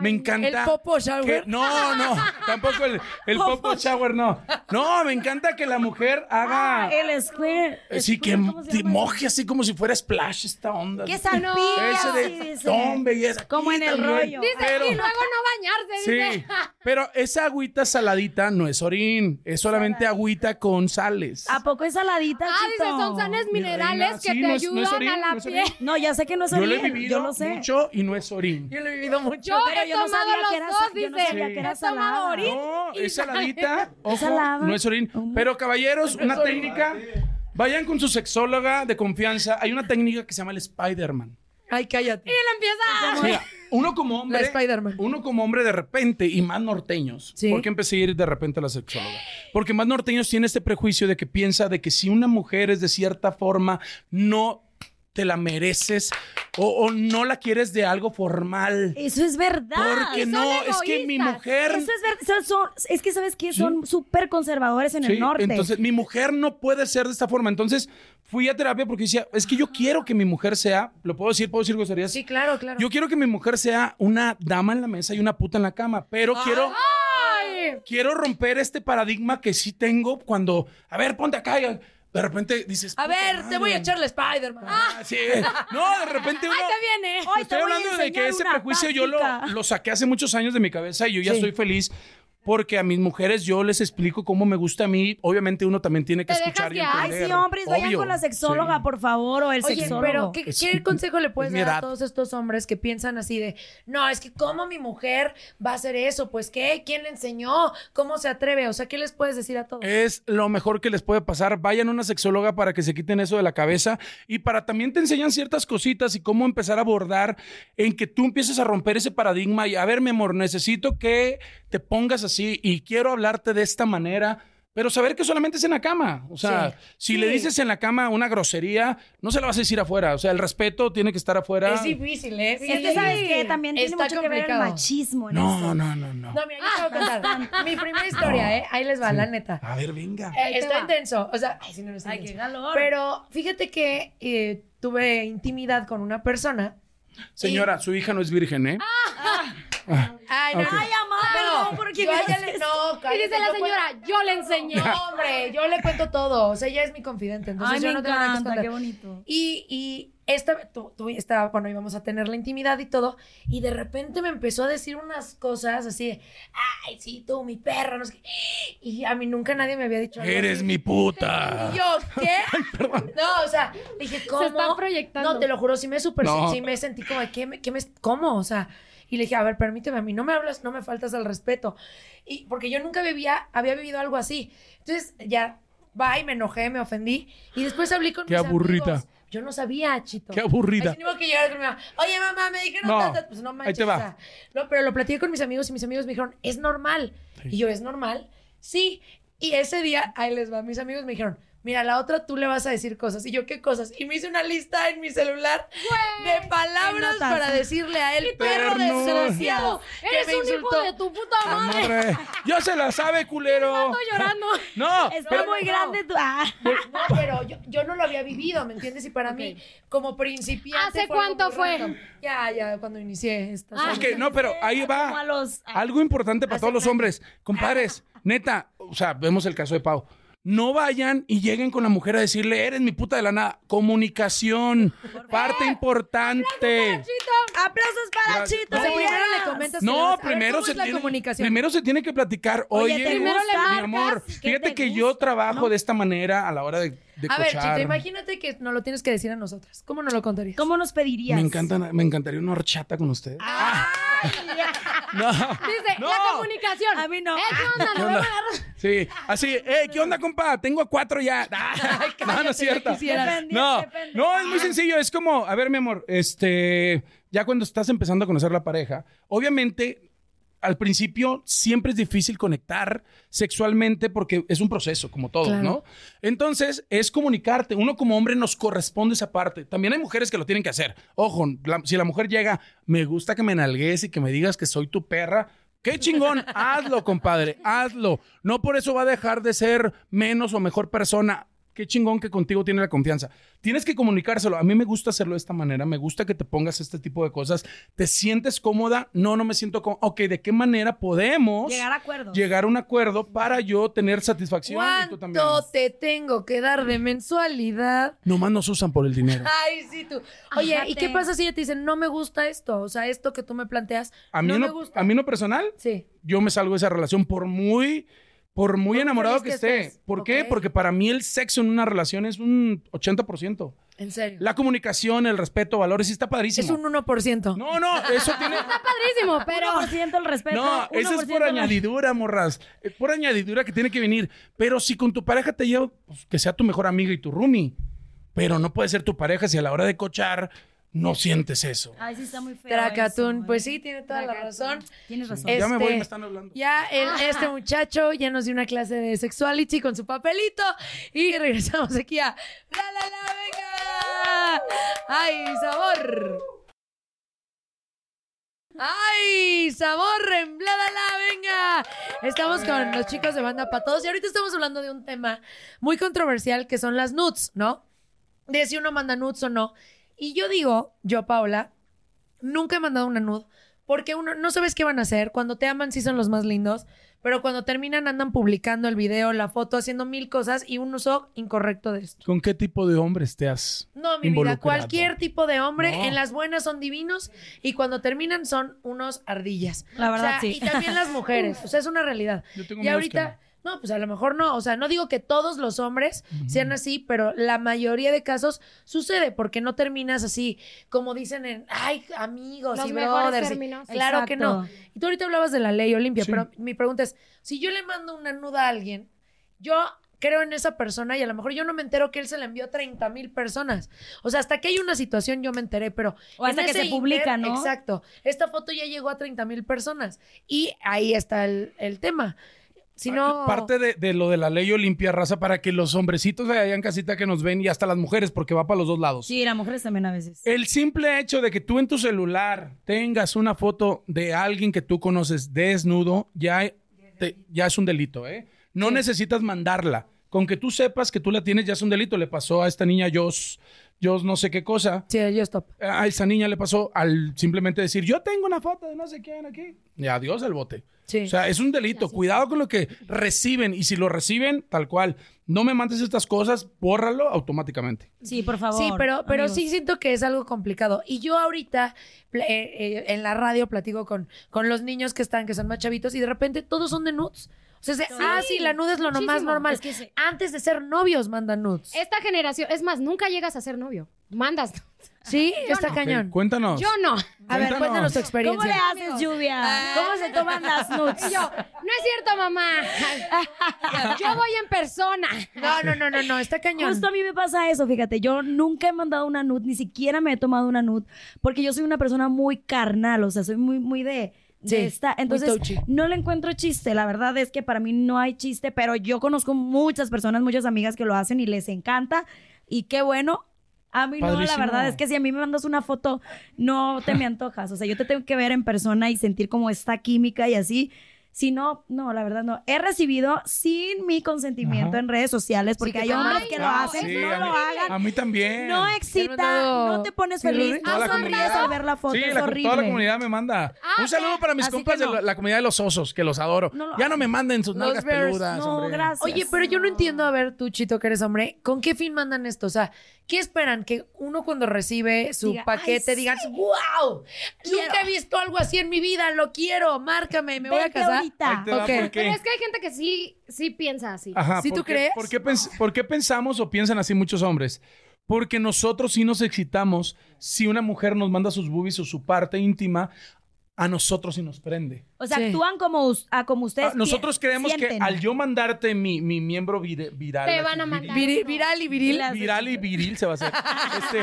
me encanta.
¿El popo shower?
que- no, no, tampoco el, el popo shower, no. No, me encanta que la mujer haga.
El square.
eh, sí, que te moje así como si fuera splash esta onda.
Que salpique
Ese
así,
de,
dice.
"Tom, belleza,
Como en
aquí
el
también".
rollo.
Dice,
Pero-
y luego no bañarse,
Sí,
dice.
pero esa agüita saladita no es orín, es solamente agüita con sales.
¿A poco es saladita?
Ah, dice,
Chito?
son sanes
Mi reina,
minerales que
sí,
te
no es- no es
ayudan
orín,
a la
no es orín.
piel.
No, ya sé que no es
yo lo he
pues, orín,
vivido
yo lo sé.
mucho y no es orín.
Yo lo he vivido mucho.
Yo
Pero
he
yo no
tomado
sabía
los
que era
dos,
sal- yo no
dice.
sabía que era
he tomado
salada.
orín.
No,
y
es saladita, ojo,
salada.
no es orín. Pero caballeros, una técnica, vayan con su sexóloga de confianza. Hay una técnica que se llama el Spider-Man.
Ay, cállate.
Y él empieza.
Mira, uno como
La
hombre,
Spider-Man.
uno como hombre de repente y más norteños.
Sí.
¿Por qué empecé a ir de repente a la sexóloga? Porque más norteños tiene este prejuicio de que piensa de que si una mujer es de cierta forma, no te la mereces o, o no la quieres de algo formal.
Eso es verdad.
Porque
son
no, es que mi
egoístas.
mujer...
Eso es verdad. Son- son- es que sabes que son súper conservadores en el
Sí,
norte.
Entonces, mi mujer no puede ser de esta forma. Entonces, fui a terapia porque decía, es que yo quiero que mi mujer sea, lo puedo decir, puedo decir groserías.
Sí, claro, claro.
Yo quiero que mi mujer sea una dama en la mesa y una puta en la cama, pero quiero
Ay.
quiero romper este paradigma que sí tengo cuando, a ver, ponte acá. y de repente dices,
A
"Puta
ver, te
madre".
voy a echar la Spider-Man.
Ah, sí. No, de repente uno
Ahí te viene.
Hoy te
Estoy
voy a
hablando de que
enseñar
ese
una
prejuicio yo lo,
táctica.
lo saqué hace muchos años de mi cabeza y yo ya
Sí.
estoy feliz porque a mis mujeres yo les explico cómo me gusta a mí. Obviamente uno también tiene que
Te dejas
escuchar y
guiar.
Ay,
entender.
sí, hombres, vayan
Obvio.
con la sexóloga,
Sí.
por favor, o el
Oye,
sexólogo.
pero ¿qué,
Es-
qué consejo le puedes
es mi
dar a
edad.
todos estos hombres que piensan así de, no, es que cómo mi mujer va a hacer eso? Pues qué, ¿quién le enseñó? ¿Cómo se atreve? O sea, ¿qué les puedes decir a todos?
Es lo mejor que les puede pasar. Vayan a una sexóloga para que se quiten eso de la cabeza y para también te enseñan ciertas cositas y cómo empezar a abordar en que tú empieces a romper ese paradigma y a ver, mi amor, necesito que te pongas así y quiero hablarte de esta manera. Pero saber que solamente es en la cama. O sea, si le dices en la cama una grosería, no se la vas a decir afuera. O sea, el respeto tiene que estar afuera.
Es difícil, ¿eh? Sí.
Es que sabes que también tiene
Está
mucho que ver el
complicado.
machismo. Ah. En
No,
eso.
no, no, no.
No, mira, yo te voy a contar. Mi primera historia, ¿eh? Ahí les va, la neta.
A ver, venga.
Eh, está intenso. O sea, ay, sí, no, no está
Ay, qué
intenso.
calor.
Pero fíjate que eh, tuve intimidad con una persona.
Señora, su hija no es virgen, ¿eh?
Ah, Ay, no.
Ok.
Ay, amá, perdón, porque
yo a
me
ella
haces-
le- no,
Y
cállate,
dice la
no puedo-
señora, yo le enseñé.
No, hombre, yo le cuento todo. O sea, ella es mi confidente. Entonces
Ay,
yo
me
no tengo nada que
encanta,
esconder.
qué bonito.
Y, y esta, tú, tú y esta, bueno, íbamos a tener la intimidad y todo, y de repente me empezó a decir unas cosas así de, ay, sí, tú, mi perro, no sé qué. Y a mí nunca nadie me había dicho algo
Eres
así.
mi puta.
Y yo, ¿qué? No, o sea, dije, ¿cómo?
está proyectando.
No, te lo juro, sí me super,
No.
sí me sentí como, de, ¿qué me, qué me, cómo? O sea, y le dije, a ver, permíteme, a mí no me hablas, no me faltas al respeto. Y porque yo nunca vivía, había vivido algo así. Entonces, ya, va y me enojé, me ofendí. Y después hablé con
Qué
mis
aburrida.
amigos. Yo no sabía, Chito.
Qué aburrida.
Así mismo que llegara con mi mamá, Oye, mamá, me dijeron
No,
tantas. Pues no manches.
ahí te va.
o sea, no, pero lo platiqué con mis amigos y mis amigos me dijeron, es normal. Y yo, ¿es normal? Sí. Y ese día, ahí les va, mis amigos me dijeron, mira, la otra tú le vas a decir cosas. Y yo, ¿qué cosas? Y me hice una lista en mi celular de palabras
qué notas.
para decirle a él, perro
Ternura.
desgraciado. que
Eres
me
un hijo
insultó".
de tu puta madre.
Madre, yo se la sabe, culero.
Estoy llorando.
No,
Está
pero-
muy grande tu. Ah.
No, pero yo, yo no lo había vivido, ¿me entiendes? Y para mí, como principiante.
¿Hace
fue algo
cuánto
muy
fue?
random. Ya, ya, cuando inicié esto.
Ah.
Sí.
Ok, no, pero ahí
Como a
va.
los. ah,
Algo importante para todos los hombres. Compadres, neta, o sea, vemos el caso de Pau. No vayan y lleguen con la mujer a decirle, eres mi puta de la nada. Comunicación, parte importante.
Aplausos para
Gracias.
Chito.
O sea, primero
Díaz.
Pues, le comentas. que le vas-
No,
a ver,
primero
¿cómo
se
es la
tiene,
comunicación.
primero se tiene que platicar. Oye,
Oye, ¿te Primero le gusta?
mi amor,
marcas, ¿qué
fíjate
te
que yo
gusta?
trabajo
¿No?
de esta manera a la hora de, de
A ver,
cochar.
Chito, imagínate que no lo tienes que decir a nosotras. ¿Cómo no lo contarías?
¿Cómo nos pedirías?
me encantan, me encantaría una horchata con ustedes. No.
Dice,
No.
la comunicación.
A mí no.
Eh, ¿qué onda?
¿Qué
Nos
onda?
vemos en la ro-
Sí, así, eh, ¿qué onda, compa? Tengo a cuatro ya. Ah, no, no es cierto.
quisieras.
No,
Depende,
no, es muy sencillo. Es como, a ver, mi amor, este, ya cuando estás empezando a conocer la pareja, obviamente, al principio siempre es difícil conectar sexualmente porque es un proceso, como todo,
Claro.
¿no? Entonces, es comunicarte. Uno como hombre nos corresponde esa parte. También hay mujeres que lo tienen que hacer. Ojo, la- si la mujer llega, me gusta que me enalgues y que me digas que soy tu perra. Qué chingón, hazlo, compadre, hazlo. No por eso va a dejar de ser menos o mejor persona. Qué chingón que contigo tiene la confianza. Tienes que comunicárselo. A mí me gusta hacerlo de esta manera. Me gusta que te pongas este tipo de cosas. ¿Te sientes cómoda? No, no me siento cómoda. Ok, ¿de qué manera podemos
Llegar a acuerdos.
llegar a un acuerdo para yo tener satisfacción y tú también?
¿Cuánto te tengo que dar de mensualidad?
Nomás nos usan por el dinero.
Ay, sí, tú. Oye, ¿y
Ájate.
qué pasa si ella te dice, no me gusta esto? O sea, esto que tú me planteas,
A mí,
no,
no
me gusta.
a mí en lo personal,
Sí.
yo me salgo de esa relación por muy, por muy
Por
enamorado
feliz
que
que
esté.
estés.
¿Por qué?
Ok.
Porque para mí el sexo en una relación es un 80%.
En serio.
La comunicación, el respeto, valores, sí está padrísimo.
es un 1%.
No, no, eso tiene...
Está padrísimo, pero.
Pero siento el respeto.
No, eso es
1%
por
la-
añadidura, morras. Eh, Por añadidura que tiene que venir. Pero si con tu pareja te llevo, pues, que sea tu mejor amiga y tu roomie. Pero no puede ser tu pareja si a la hora de cochar no sientes eso.
Ah,
Ay, sí está muy feo.
Tracatún.
eso, ¿eh?
Pues sí, tiene toda la
Tracatún.
razón.
Tienes razón.
Es-
Ya me voy,
este,
me están hablando.
Ya el- este muchacho ya nos dio una clase de sexuality con su papelito y regresamos aquí a La La La Venga. ¡Ay, sabor! ¡Ay, sabor en La La La Venga! Estamos con los chicos de Banda para Todos y ahorita estamos hablando de un tema muy controversial que son las nudes, ¿no? De si uno manda nudes o no. Y yo digo, yo, Paola, Nunca he mandado una nud. Porque uno no sabes qué van a hacer. Cuando te aman sí son los más lindos. Pero cuando terminan andan publicando el video, la foto, haciendo mil cosas y un uso incorrecto de esto.
¿Con qué tipo de hombres te has
No, mi vida,
involucrado?
cualquier tipo de hombre,
No.
en las buenas son divinos y cuando terminan son unos ardillas.
La verdad,
o sea,
sí.
Y también las mujeres, o sea, es una realidad.
Yo tengo
Y
amigos
ahorita, no, pues a lo mejor no, o sea, no digo que todos los hombres sean así, pero la mayoría de casos sucede porque no terminas así, como dicen en, ay, amigos
Los
y
mejores
brothers. y-
términos.
Claro que no.
Exacto.
Y tú ahorita hablabas de la ley Olimpia,
Sí.
pero mi pregunta es, si yo le mando una nuda a alguien, yo creo en esa persona y a lo mejor yo no me entero que él se la envió a 30 mil personas. O sea, hasta que hay una situación yo me enteré, pero...
O hasta
en
que
ese
se publica, ¿no?
Exacto. Esta foto ya llegó a 30 mil personas. Y ahí está el, el tema. Si no...
Ah, Parte de, de lo de la ley Olimpia Raza para que los hombrecitos de allá en casita que nos ven y hasta las mujeres, porque va para los dos lados.
Sí, las mujeres también a veces.
Eh,
El simple hecho de que tú en tu celular tengas una foto de alguien que tú conoces desnudo, ya, te- ya es un delito, ¿eh? No necesitas mandarla. Con que tú sepas que tú la tienes, ya es un delito. Le pasó a esta niña Jos, Jos no sé qué cosa.
Sí, yo stop.
A esa niña le pasó al simplemente decir, yo tengo una foto de no sé quién aquí. y adiós el bote. O sea, es un delito. Cuidado con lo que reciben. Y si lo reciben, tal cual. No me mandes estas cosas, bórralo automáticamente.
Sí, por favor.
Sí, pero, pero
amigos.
sí siento que es algo complicado. Y yo ahorita pla- eh, eh, en la radio platico con, con los niños que están, que son más chavitos, y de repente todos son de nudes. O sea, se-
Sí.
ah, sí, la nude es lo nomás
Muchísimo.
normal.
Es que sí.
Antes de ser novios mandan nudes.
Esta generación, es más, nunca llegas a ser novio. Mandas.
Sí,
Yo
está
no.
cañón.
Ok, cuéntanos.
Yo no.
A ver, cuéntanos tu experiencia. Ah.
¿Cómo le haces, Lluvia? ¿Cómo se toman las nudes?
Y yo, no es cierto, mamá. Yo voy en persona.
No, no, no, no, no, está cañón.
Justo a mí me pasa eso, fíjate, yo nunca he mandado una nud, ni siquiera me he tomado una nud, porque yo soy una persona muy carnal, o sea, soy muy, muy de... de
Sí,
esta.
muy
Entonces,
touchy.
no le encuentro chiste. La verdad es que para mí no hay chiste, pero yo conozco muchas personas, muchas amigas que lo hacen y les encanta. Y qué bueno. A mí no,
Padrísimo.
la verdad es que si a mí me mandas una foto, no te me antojas. O sea, yo te tengo que ver en persona y sentir como esta química y así. Si no, no, la verdad no. He recibido sin mi consentimiento
Ajá.
en redes sociales porque
que
hay
te-
hombres
Ay,
que lo
no,
hacen,
sí,
no
a
lo
mí-
hagan.
A mí también.
No
Te han
excita,
mandado-
no te pones
¿Sí,
feliz.
Rubén?
Toda la
No sonríes
comunidad.
al ver la foto,
Sí,
es
la,
horrible.
toda la comunidad me manda. Un saludo para mis
Así
compas
que no.
de la, la comunidad de los osos, que los adoro.
No lo
ya no me manden sus
Los
nalgas
bears.
peludas,
No,
hombre.
gracias.
Oye, pero yo no entiendo, a ver, tú, Chito, que eres hombre, ¿con qué fin mandan esto? O sea, ¿qué esperan? Que uno cuando recibe su
Diga,
paquete
"Ay,
diga, ¡Wow! Nunca he visto algo así en mi vida, lo quiero, márcame, me voy a
Vente
casar.
ahorita.
Ahí te va,
Ok.
¿por qué?
Pero es que hay gente que sí, sí piensa así.
Ajá,
¿Sí
¿por
tú
qué-
crees?
¿por qué, pens- por qué pensamos o piensan así muchos hombres? Porque nosotros sí nos excitamos si una mujer nos manda sus boobies o su parte íntima, a nosotros sí nos prende.
O sea,
Sí.
actúan como, us- a como ustedes.
Ah, Nosotros
pien-
creemos
sienten.
que al yo mandarte mi, mi miembro vire- viral.
Te
así,
van a
viril,
mandar.
Viri- viral y viril.
Las-
Viral y viril se va a hacer. Este,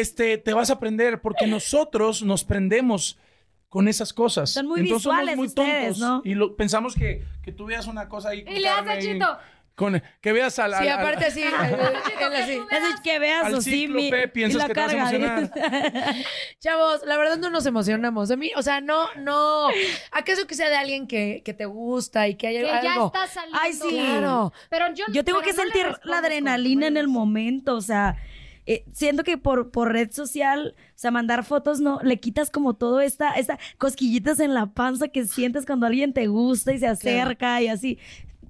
este, te vas a prender porque nosotros nos prendemos con esas cosas.
Son muy
Entonces somos
visuales
muy tontos
ustedes, ¿no?
y lo, pensamos que, que tú veas una cosa ahí. con
Y le hace
carne ahí,
chito.
Con, que veas al, al-
Sí,
al-
aparte así, él así.
Es el que veas
Al
o sí, mi-
cíclope, piensas
y la
que te vas a
carga.
Chavos, la verdad no nos emocionamos. A mí, o sea, no, no. ¿Acaso que sea de alguien que, que te gusta y que haya
Que ya
algo?
está saliendo.
Ay, sí.
Claro.
Pero yo,
yo tengo
pero
que
no le
sentir
respondes
la
con
adrenalina en el
juegos.
momento, o sea, eh, siento que por, por red social, o sea, mandar fotos, no, le quitas como todo esta, esta cosquillitas en la panza que sientes cuando alguien te gusta y se acerca y así.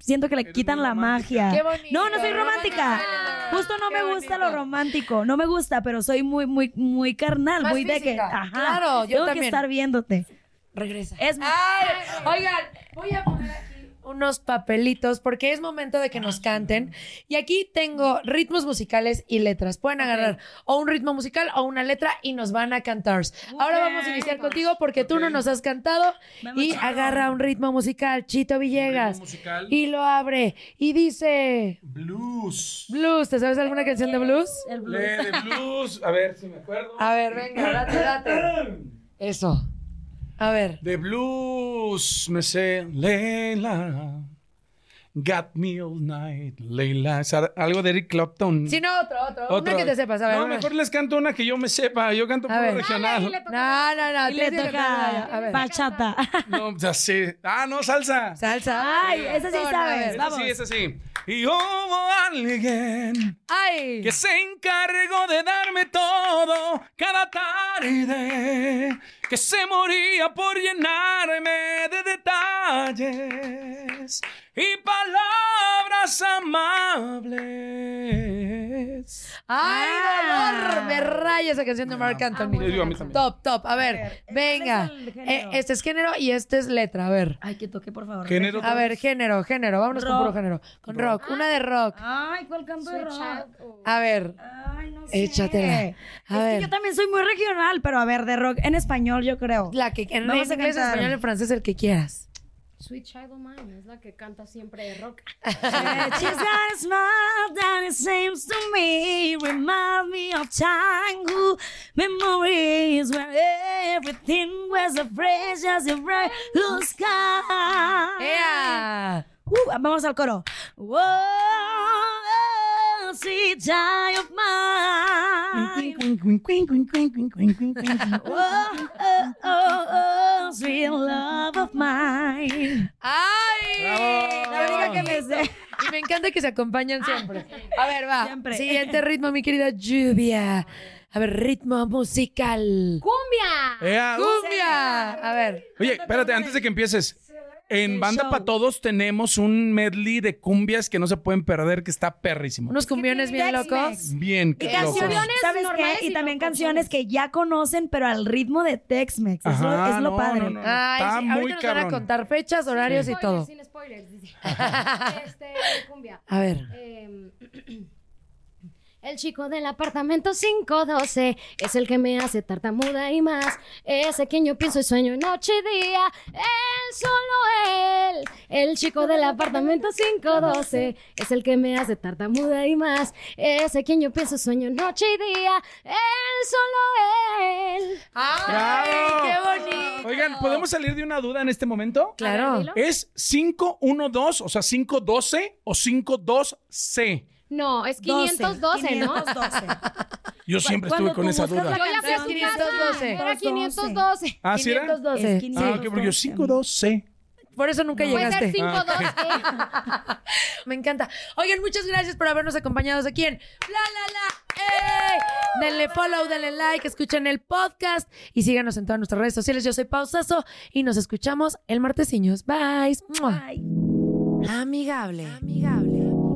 Siento que le
Eres
quitan
muy
la
romántica.
magia.
Qué bonito,
no, no soy romántica.
romántica.
Justo no
Qué
me gusta
bonito.
lo romántico. No me gusta, pero soy muy, muy, muy carnal,
Más
muy de que.
física.
Ajá.
Claro, yo
tengo
también. Ah.
que estar viéndote.
Regresa.
Es
Ay, oigan, voy a poner aquí unos papelitos porque es momento de que nos canten. Y aquí tengo ritmos musicales y letras. Pueden agarrar o un ritmo musical o una letra y nos van a cantar. Ahora vamos a iniciar contigo porque tú no nos has cantado. Y agarra un ritmo musical, Chito Villegas.
musical.
Y lo abre y dice...
Blues.
Blues, ¿te sabes alguna canción de blues?
el blues.
Le de blues. A ver si me acuerdo.
A ver, venga, date, date. Eso. A ver.
The blues, me sé, Leila. Got me all night, Leila. Es ar- algo de Eric Clapton.
Si no, otro, otro.
Otro.
Una que te sepas, a ver.
No,
una.
mejor les canto una que yo me sepa. Yo canto
A
puro
ver.
Dale, y Ah, le
regional.
toca-
No, no, no.
Y le
tienes que cantar, A
toca
ver.
bachata.
No, ya sé. Ah, no, salsa.
Salsa.
Ay, esa sí
Son, a
sabes.
ver.
Es así, es así. Y hubo alguien
Ay.
que se encargó de darme todo cada tarde, que se moría por llenarme de detalles y palabras amables.
Ay,
Ah.
dolor. Me raya esa canción de Marc Anthony.
bueno. Digo, Ah, a mí también.
Top, top. A ver, venga.
¿cuál es el género?
Eh, este es género y este es letra. A ver.
Ay, que toque, por favor.
Género.
A ver, género, género. Vámonos con
Rock.
puro género. Con rock. Una de rock.
Ay, ¿cuál canto de rock?
oh,
A ver.
Ay, no sé.
Échatela. A
es
ver.
que yo también soy muy regional, pero a ver, de rock en español, yo creo.
La que en
Vamos a
inglés,
cantar.
español, en francés, el que quieras.
Sweet Child of Mine es la que canta siempre de rock.
Eh, She's got a smile that it seems to me remind me of childhood memories where everything was as fresh as a bright blue sky.
¡Ea!
Uh, vamos al coro. Oh, sweet child of mine. Oh, oh, oh, oh, sweet love of mine.
¡Ay!
Bravo.
La única que me sé. Y me encanta que se acompañan siempre. A ver, va.
Siempre.
Siguiente ritmo, mi querida lluvia. A ver, ritmo musical.
¡Cumbia!
Eh,
Ea.
¡Cumbia! A ver.
Oye, espérate, antes de que empieces. En Banda para Todos tenemos un medley de cumbias que no se pueden perder, que está perrísimo.
Unos cumbiones bien locos.
Bien,
Y
qué loco.
canciones, ¿sabes
normales
qué?
y
Y también
locas,
canciones que ya conocen, pero al ritmo de Tex-Mex. Es lo,
Ajá,
es lo
no,
padre. Ah,
no, no, no.
Ay,
Está
sí,
muy
ahorita nos van a
cabrón.
contar fechas, horarios y todo.
Sin spoilers, dice. Este, cumbia.
A ver.
Eh, el chico del apartamento 512 es el que me hace tartamuda y más. Ese quien yo pienso y sueño noche y día. Él, solo él. El chico del apartamento 512 es el que me hace tartamuda y más. Ese quien yo pienso y sueño noche y día. Él, solo él.
¡Bravo!
¡Qué bonito!
Oigan, ¿podemos salir de una duda en este momento?
Claro.
¿Es 512, o sea, 512 o 52C?
No, es
12,
512, ¿no?
512.
Yo siempre
Cuando
estuve con
tú
esa
buscas
duda.
la
Yo ya fui a su casa.
512.
Era 512.
¿Ah, sí era?
512.
Es
Ah, ok, porque yo 512.
Por eso nunca
Puede
llegaste.
ser 512.
Ah,
Me encanta. Oigan, muchas gracias por habernos acompañado aquí en La La La. ¡Ey! Denle follow, denle like, escuchen el podcast y síganos en todas nuestras redes sociales. Yo soy Pausazo y nos escuchamos el martesiños. Bye. Mua. Amigable. Amigable.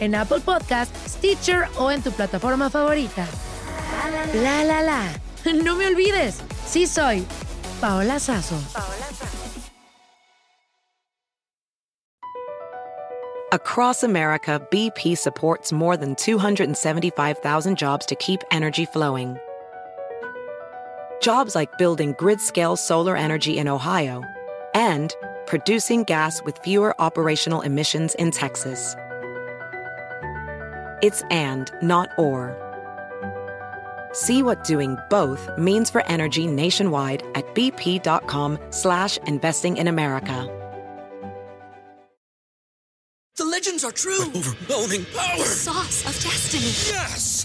en Apple Podcast, Stitcher o en tu plataforma favorita. La la la. No me olvides, sí soy Paola Sazo.
Across America, BP supports more than 275,000 jobs to keep energy flowing. Jobs like building grid scale solar energy in Ohio and producing gas with fewer operational emissions in Texas. It's and, not or. See what doing both means for energy nationwide at bp.com slash investing in America.
The legends are true.
Overwhelming
The
power!
sauce of destiny.
Yes!